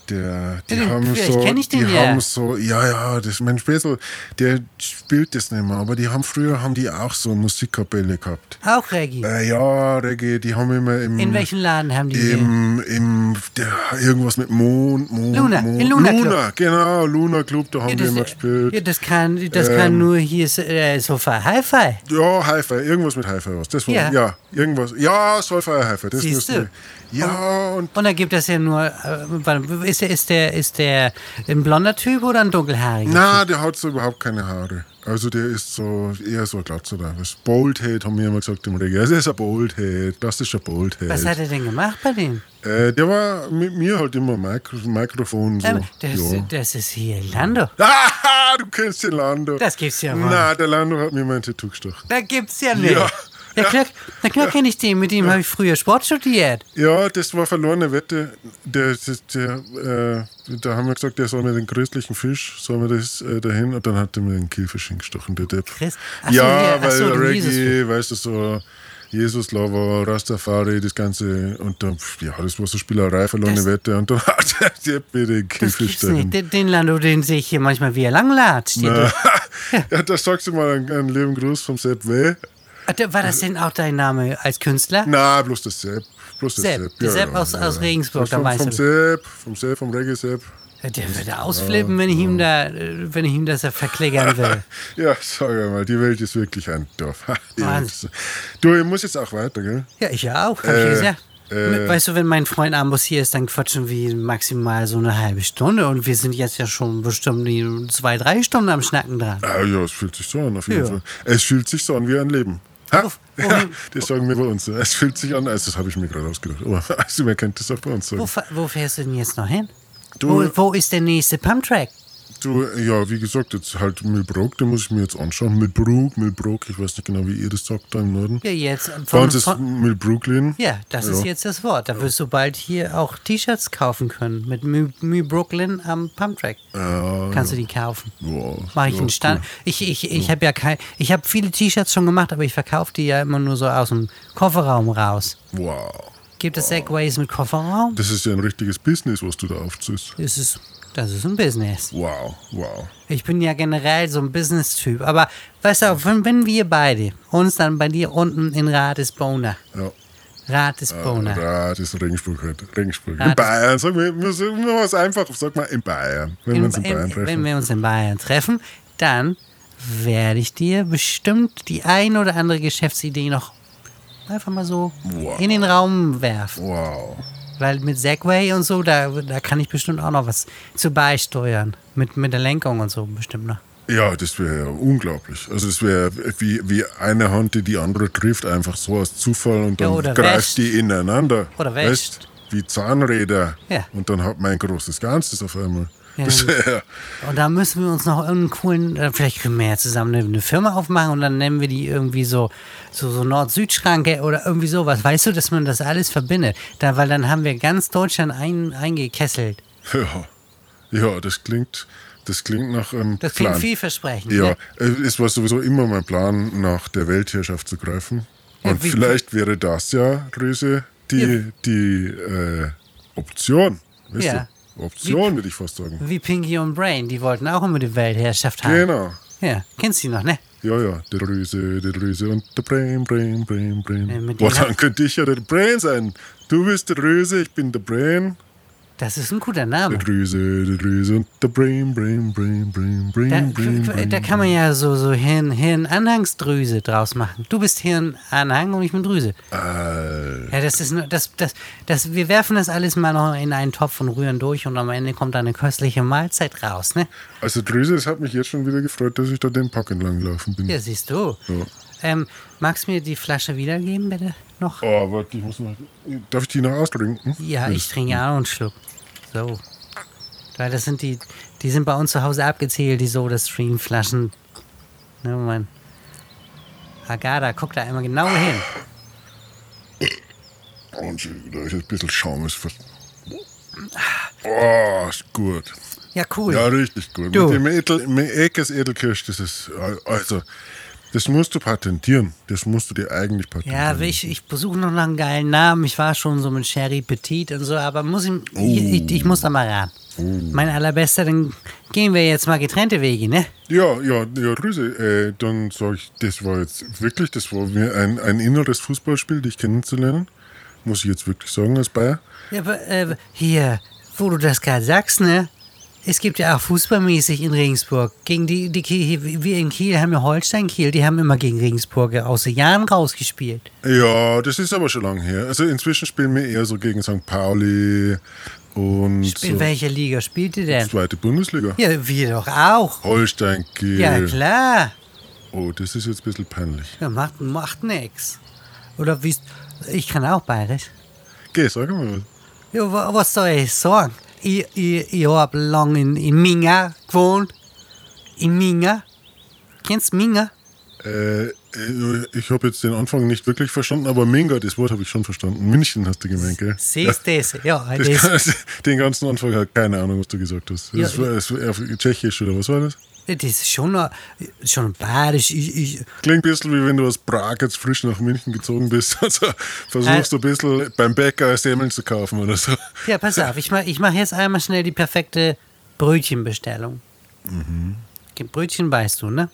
[SPEAKER 2] der, die
[SPEAKER 1] Den-
[SPEAKER 2] haben
[SPEAKER 1] vielleicht
[SPEAKER 2] so,
[SPEAKER 1] kenn ich den
[SPEAKER 2] die
[SPEAKER 1] ja.
[SPEAKER 2] haben so, ja, ja, das mein Spätzle, der spielt das nicht mehr, aber die haben früher, haben die auch so Musikkapelle gehabt.
[SPEAKER 1] Auch Reggie.
[SPEAKER 2] Äh, ja, Reggae, die haben immer im,
[SPEAKER 1] In welchen Laden haben die den?
[SPEAKER 2] im, im der, irgendwas mit Mond, Mond,
[SPEAKER 1] Luna,
[SPEAKER 2] Mond.
[SPEAKER 1] in Luna Club.
[SPEAKER 2] Luna, genau, Luna Club, da haben wir immer gespielt. Ähm,
[SPEAKER 1] ja, das kann, das kann nur hier so- äh, Sofa Hi-Fi.
[SPEAKER 2] Ja, Hi-Fi, irgendwas mit Hi-Fi was. Das war,
[SPEAKER 1] Ja.
[SPEAKER 2] ja. irgendwas. Ja, Soulfire Hi-Fi, das
[SPEAKER 1] Siehst Oh.
[SPEAKER 2] müssen wir. Ja, und
[SPEAKER 1] Und da gibt es ja nur, äh, warte, ist, der- ist der, ist der ein blonder Typ oder ein dunkelhaariger?
[SPEAKER 2] na, der hat so überhaupt keine Haare. Also der ist so eher so ein Glatzer da. Was Boldhead haben wir immer gesagt im Regen. Das ist ein Boldhead, das ist ein Boldhead.
[SPEAKER 1] Was hat er denn gemacht bei dem?
[SPEAKER 2] äh, der war mit mir halt immer Mikro Mikrofon so.
[SPEAKER 1] Ähm, Das,
[SPEAKER 2] ja.
[SPEAKER 1] das ist hier Lando.
[SPEAKER 2] Ah, du kennst den Lando.
[SPEAKER 1] Das gibt's ja wohl.
[SPEAKER 2] Na, der Lando hat mir mein Tattoo gestochen.
[SPEAKER 1] Da gibt's ja nicht.
[SPEAKER 2] Ja.
[SPEAKER 1] Na klar, na klar kenne ich den, mit dem habe ich früher Sport studiert.
[SPEAKER 2] Ja, das war verlorene Wette. Der, der, der, äh, da haben wir gesagt, der soll mir den christlichen Fisch, soll mir das äh, dahin. Und dann hat er mir den Kielfisch hingestochen, der Depp.
[SPEAKER 1] Christ- Ach so,
[SPEAKER 2] ja,
[SPEAKER 1] hier, ach
[SPEAKER 2] weil
[SPEAKER 1] so, du
[SPEAKER 2] Reggae,
[SPEAKER 1] Jesus-
[SPEAKER 2] weißt du, so Jesus Lover, Rastafari, das Ganze. Und dann, pf, ja, das war so Spielerei, verlorene
[SPEAKER 1] Das-
[SPEAKER 2] Wette. Und dann hat der Depp mir den
[SPEAKER 1] Das
[SPEAKER 2] Kielfisch
[SPEAKER 1] gibt's
[SPEAKER 2] dahin.
[SPEAKER 1] nicht. Den, den Lando, den sehe ich hier manchmal, wie er langlatscht.
[SPEAKER 2] ja, da sagst du mal einen, einen lieben Gruß vom Sepp W.
[SPEAKER 1] Ah, da- War das denn auch dein Name als Künstler?
[SPEAKER 2] Na, bloß das Sepp. Bloß das
[SPEAKER 1] Sepp,
[SPEAKER 2] Sepp.
[SPEAKER 1] der Sepp aus- aus Regensburg,
[SPEAKER 2] Das
[SPEAKER 1] da
[SPEAKER 2] vom,
[SPEAKER 1] weißt
[SPEAKER 2] vom
[SPEAKER 1] du.
[SPEAKER 2] Sepp, vom Sepp, vom Reggae Sepp.
[SPEAKER 1] Der würde ausflippen, wenn ich ihm da, äh, wenn ich ihm das ja verklickern will.
[SPEAKER 2] Ja, sag mal, die Welt ist wirklich ein Dorf. Ha,
[SPEAKER 1] Wahnsinn.
[SPEAKER 2] du, ich muss jetzt auch weiter, gell?
[SPEAKER 1] Ja, ich ja auch, hab ich
[SPEAKER 2] Äh,
[SPEAKER 1] gesagt.
[SPEAKER 2] äh.
[SPEAKER 1] weißt du, wenn mein Freund Amos hier ist, dann quatschen wir maximal so eine halbe Stunde und wir sind jetzt ja schon bestimmt die zwei, drei Stunden am Schnacken dran.
[SPEAKER 2] Ah, ja, es fühlt sich so an, auf jeden
[SPEAKER 1] Ja.
[SPEAKER 2] Fall. Es fühlt sich so an wie ein Leben. Ha?
[SPEAKER 1] Wo-
[SPEAKER 2] Ja,
[SPEAKER 1] wohin-
[SPEAKER 2] das sagen wir bei uns. Es fühlt sich an, also das habe ich mir gerade ausgedacht. Aber also, man könnte das auch bei uns sagen.
[SPEAKER 1] Wo, fa- wo fährst du denn jetzt noch hin?
[SPEAKER 2] Du-
[SPEAKER 1] wo, wo ist der nächste Pumptrack?
[SPEAKER 2] Du, ja, wie gesagt, jetzt halt Millbrook, den muss ich mir jetzt anschauen. Millbrook, Millbrook, ich weiß nicht genau, wie ihr das sagt da im Norden.
[SPEAKER 1] Ja, jetzt. äh, Von,
[SPEAKER 2] Bei uns ist
[SPEAKER 1] von,
[SPEAKER 2] Millbrooklyn.
[SPEAKER 1] ja, das ist
[SPEAKER 2] Ja.
[SPEAKER 1] jetzt das Wort. Da wirst du bald hier auch T-Shirts kaufen können mit Mü, Mü Brooklyn am Pumptrack.
[SPEAKER 2] Ja,
[SPEAKER 1] Kannst du die kaufen?
[SPEAKER 2] Boah,
[SPEAKER 1] Mache ich
[SPEAKER 2] Äh, ja,
[SPEAKER 1] einen Stand. Ich, ich, ich habe ja kein. Ich habe viele T-Shirts schon gemacht, aber ich verkaufe die ja immer nur so aus dem Kofferraum raus.
[SPEAKER 2] cool. Wow.
[SPEAKER 1] Gibt es Segways mit Kofferraum?
[SPEAKER 2] Das ist ja ein richtiges Business, was du da aufziehst.
[SPEAKER 1] Das ist, das ist ein Business.
[SPEAKER 2] Wow, wow.
[SPEAKER 1] Ich bin ja generell so ein Business-Typ. Aber weißt du, wenn, wenn wir beide uns dann bei dir unten in Radesbona.
[SPEAKER 2] Ja.
[SPEAKER 1] Radesbona.
[SPEAKER 2] Rad ist Regensburg heute. Regensburg.
[SPEAKER 1] Rad
[SPEAKER 2] in
[SPEAKER 1] ist-
[SPEAKER 2] Bayern, sag mal, wir sind wir was einfach, sag mal in Bayern. Wenn wir
[SPEAKER 1] In,
[SPEAKER 2] uns in Bayern
[SPEAKER 1] in, wenn
[SPEAKER 2] treffen.
[SPEAKER 1] wir uns in Bayern treffen, dann werde ich dir bestimmt die ein oder andere Geschäftsidee noch einfach mal so
[SPEAKER 2] Wow.
[SPEAKER 1] in den Raum werfen.
[SPEAKER 2] Wow.
[SPEAKER 1] Weil mit Segway und so, da, da kann ich bestimmt auch noch was zu beisteuern. Mit, mit der Lenkung und so bestimmt noch.
[SPEAKER 2] Ja, das wäre ja unglaublich. Also das wäre wie, wie eine Hand, die die andere trifft, einfach so aus Zufall und
[SPEAKER 1] Ja,
[SPEAKER 2] dann
[SPEAKER 1] oder wäscht.
[SPEAKER 2] greift die ineinander.
[SPEAKER 1] Oder
[SPEAKER 2] Weißt, Wie Zahnräder.
[SPEAKER 1] Ja.
[SPEAKER 2] Und dann hat man ein großes Ganzes auf einmal.
[SPEAKER 1] Ja,
[SPEAKER 2] das wäre
[SPEAKER 1] Und da müssen wir uns noch irgendeinen coolen, äh, vielleicht können wir ja zusammen eine, eine Firma aufmachen und dann nennen wir die irgendwie so, so, so Nord-Süd-Schranke oder irgendwie sowas. Weißt du, dass man das alles verbindet? Da, weil dann haben wir ganz Deutschland ein, eingekesselt.
[SPEAKER 2] ja, ja, das klingt, das klingt nach einem
[SPEAKER 1] Das klingt
[SPEAKER 2] Plan.
[SPEAKER 1] vielversprechend.
[SPEAKER 2] Ja,
[SPEAKER 1] Ne?
[SPEAKER 2] äh, es war sowieso immer mein Plan, nach der Weltherrschaft zu greifen.
[SPEAKER 1] Ja,
[SPEAKER 2] Und
[SPEAKER 1] wie-
[SPEAKER 2] vielleicht wäre das ja, Röse, die,
[SPEAKER 1] Ja.
[SPEAKER 2] die äh, Option. Weißt
[SPEAKER 1] Ja.
[SPEAKER 2] du? Option, würde ich fast sagen.
[SPEAKER 1] Wie Pinky und Brain, die wollten auch immer die Weltherrschaft haben.
[SPEAKER 2] Genau.
[SPEAKER 1] Ja, kennst du die noch, ne?
[SPEAKER 2] Ja, ja, der Röse, der Röse und der Brain, Brain, Brain,
[SPEAKER 1] Äh,
[SPEAKER 2] Brain.
[SPEAKER 1] mit
[SPEAKER 2] Boah,
[SPEAKER 1] dieser-
[SPEAKER 2] dann könnte ich ja der Brain sein. Du bist der Röse, ich bin der Brain.
[SPEAKER 1] Das ist ein guter Name.
[SPEAKER 2] Der Röse, der Röse und der Brain, Brain, Brain, Brain,
[SPEAKER 1] Da,
[SPEAKER 2] Brain, Brain, Brain.
[SPEAKER 1] da kann man ja so, so Hirn, Hirnanhangsdrüse draus machen. Du bist Hirnanhang und ich bin Drüse.
[SPEAKER 2] Äh,
[SPEAKER 1] Ja, das ist nur- das, das, das, wir werfen das alles mal noch in einen Topf und rühren durch und am Ende kommt dann eine köstliche Mahlzeit raus, ne?
[SPEAKER 2] also Dröse, es hat mich jetzt schon wieder gefreut, dass ich da den Park entlang gelaufen bin.
[SPEAKER 1] Ja, siehst du.
[SPEAKER 2] Ja.
[SPEAKER 1] Ähm, magst du mir die Flasche wiedergeben, bitte? Noch?
[SPEAKER 2] Oh, warte, ich muss mal. Darf ich die noch austrinken? Hm?
[SPEAKER 1] Ja, ich trinke ja auch einen Schluck. So. Weil das sind die, die sind bei uns zu Hause abgezählt, die Soda-Stream-Flaschen. Ne, Mann. Agada, guck da einmal genau hin.
[SPEAKER 2] Und Oh, da ist ein bisschen Schaum. Ist fast. Oh, ist gut.
[SPEAKER 1] Ja, cool.
[SPEAKER 2] Ja, richtig gut.
[SPEAKER 1] Ah. Du.
[SPEAKER 2] Mit dem Edel, mit Ekes Edelkirsch, das ist. Also, das musst du patentieren. Das musst du dir eigentlich
[SPEAKER 1] Ja,
[SPEAKER 2] patentieren.
[SPEAKER 1] ich, ich besuche noch nach einem geilen Namen. Ich war schon so mit Sherry Petit und so, aber muss ich, ich, ich, ich muss da mal ran. Mein allerbester, dann gehen wir jetzt mal getrennte Wege, ne?
[SPEAKER 2] Ja, ja, ja, Grüße. Äh, dann sag ich, das war jetzt wirklich, das war mir ein, ein inneres Fußballspiel, dich kennenzulernen. Muss ich jetzt wirklich sagen, als Bayer.
[SPEAKER 1] Ja, aber, äh, hier, wo du das gerade sagst, ne? Es gibt ja auch fußballmäßig in Regensburg. Gegen die, die Kiel, wir in Kiel haben ja Holstein-Kiel, die haben immer gegen Regensburg aus den Jahren rausgespielt.
[SPEAKER 2] Ja, das ist aber schon lange her. Also inzwischen spielen wir eher so gegen St. Pauli und
[SPEAKER 1] In
[SPEAKER 2] so
[SPEAKER 1] welcher Liga spielt ihr denn?
[SPEAKER 2] zweite Bundesliga.
[SPEAKER 1] Ja, wir doch auch.
[SPEAKER 2] Holstein Kiel.
[SPEAKER 1] Ja, klar.
[SPEAKER 2] oh, das ist jetzt ein bisschen peinlich.
[SPEAKER 1] Ja, macht, macht nix. Oder wie ich kann auch bayerisch.
[SPEAKER 2] Geh, sag mal was.
[SPEAKER 1] Ja, wa- was soll ich sagen? Ich, ich, ich habe lange in, in Minga gewohnt. In Minga. Kennst du Minga?
[SPEAKER 2] Äh, äh, ich habe jetzt den Anfang nicht wirklich verstanden, aber Minga, das Wort habe ich schon verstanden. München hast du gemeint, gell?
[SPEAKER 1] Siehst du das? Ja,
[SPEAKER 2] Das
[SPEAKER 1] das,
[SPEAKER 2] kann, den ganzen Anfang hat keine Ahnung, was du gesagt hast.
[SPEAKER 1] Ja,
[SPEAKER 2] das war, das war auf Tschechisch oder was war das?
[SPEAKER 1] das ist schon, noch- schon bayerisch. Ich, ich,
[SPEAKER 2] Klingt ein bisschen wie wenn du aus Prag jetzt frisch nach München gezogen bist. Also versuchst du ein bisschen beim Bäcker Semmeln zu kaufen oder so.
[SPEAKER 1] ja, pass auf, ich mache ich mach jetzt einmal schnell die perfekte Brötchenbestellung. Brötchen weißt du, ne?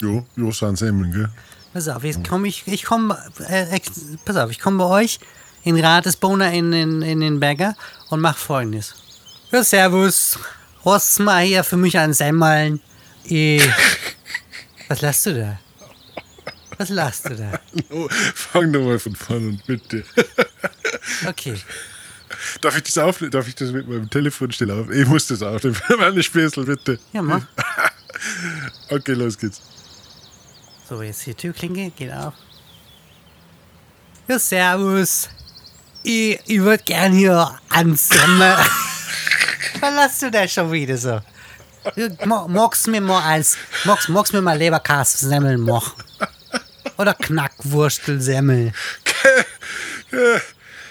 [SPEAKER 2] Jo, jo, sind Semmeln, gell?
[SPEAKER 1] Pass auf, jetzt komme ich, ich komme, äh, ex- pass auf, ich komme bei euch in Ratisbona in, in, in den Berger und mach folgendes. Ja, servus. Rost mal hier für mich an Semmeln. Eh. Was lachst du da? Was lachst du da?
[SPEAKER 2] Oh, fang doch mal von vorne an, bitte.
[SPEAKER 1] Okay.
[SPEAKER 2] Darf ich das aufnehmen? Darf ich das mit meinem Telefon still auf? Ich muss das aufnehmen. Meine Späßel, bitte.
[SPEAKER 1] Ja, mach.
[SPEAKER 2] Okay, los geht's.
[SPEAKER 1] So, jetzt die Türklinke, geht auf. Ja, servus. Ich, ich würde gern hier ansemmel. Verlass du das schon wieder so? Ja, mo- Magst mir mal eins, magst, magst mir mal Leberkassemmel machen? Oder Knackwurstelsemmel.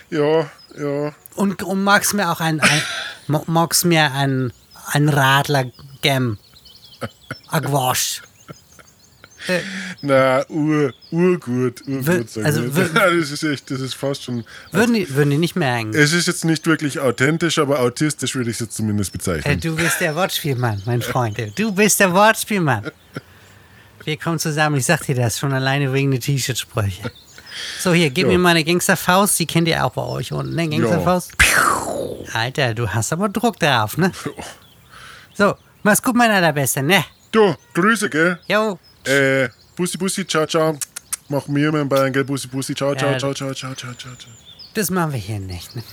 [SPEAKER 2] Ja, ja.
[SPEAKER 1] Und, und magst mir auch ein, ein ma- magst mir ein, ein Radler gem. A Gwasch. Äh,
[SPEAKER 2] Na, ur, urgut,
[SPEAKER 1] Wür-
[SPEAKER 2] urgut. sagen
[SPEAKER 1] also
[SPEAKER 2] wir.
[SPEAKER 1] wür-
[SPEAKER 2] das ist echt, das ist fast schon.
[SPEAKER 1] würden, die, würden die nicht merken.
[SPEAKER 2] Es ist jetzt nicht wirklich authentisch, aber autistisch würde ich es jetzt zumindest
[SPEAKER 1] Äh,
[SPEAKER 2] bezeichnen.
[SPEAKER 1] Du bist der Wortspielmann, mein Freund. Du bist der Wortspielmann. Wir kommen zusammen. Ich sag dir das schon alleine wegen der T-Shirt-Sprüche. So, hier, gib
[SPEAKER 2] Jo.
[SPEAKER 1] mir meine Gangsterfaust. Die kennt ihr auch bei euch unten, ne? Gangsterfaust. Alter, du hast aber Druck drauf, ne? So, mach's gut, mein Allerbester, ne?
[SPEAKER 2] Du, Grüße, gell?
[SPEAKER 1] Jo.
[SPEAKER 2] Äh, Bussi, Bussi, ciao, ciao. Mach mir mein Bein, gell? Bussi, Bussi, ciao, ciao,
[SPEAKER 1] Ja.
[SPEAKER 2] ciao, ciao, ciao, ciao, ciao, ciao.
[SPEAKER 1] Das machen wir hier nicht, ne?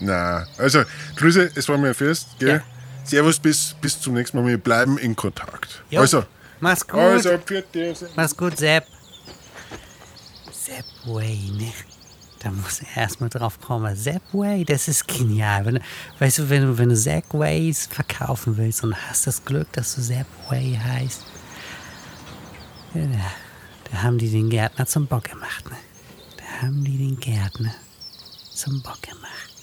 [SPEAKER 2] Na, also, Grüße, es war mir ein Fest, gell?
[SPEAKER 1] Ja.
[SPEAKER 2] Servus, bis, bis zum nächsten Mal. Wir bleiben in Kontakt.
[SPEAKER 1] Jo.
[SPEAKER 2] Also,
[SPEAKER 1] Mach's gut.
[SPEAKER 2] also, vierte.
[SPEAKER 1] Mach's gut, Sepp. Sepp Way, ne? Da muss er erstmal drauf kommen. Sepp Way, das ist genial. Wenn, du- weißt du, wenn du, wenn du Zack Ways verkaufen willst und hast das Glück, dass du Sepp Way heißt, ja, da, da haben die den Gärtner zum Bock gemacht, ne? Da haben die den Gärtner zum Bock gemacht.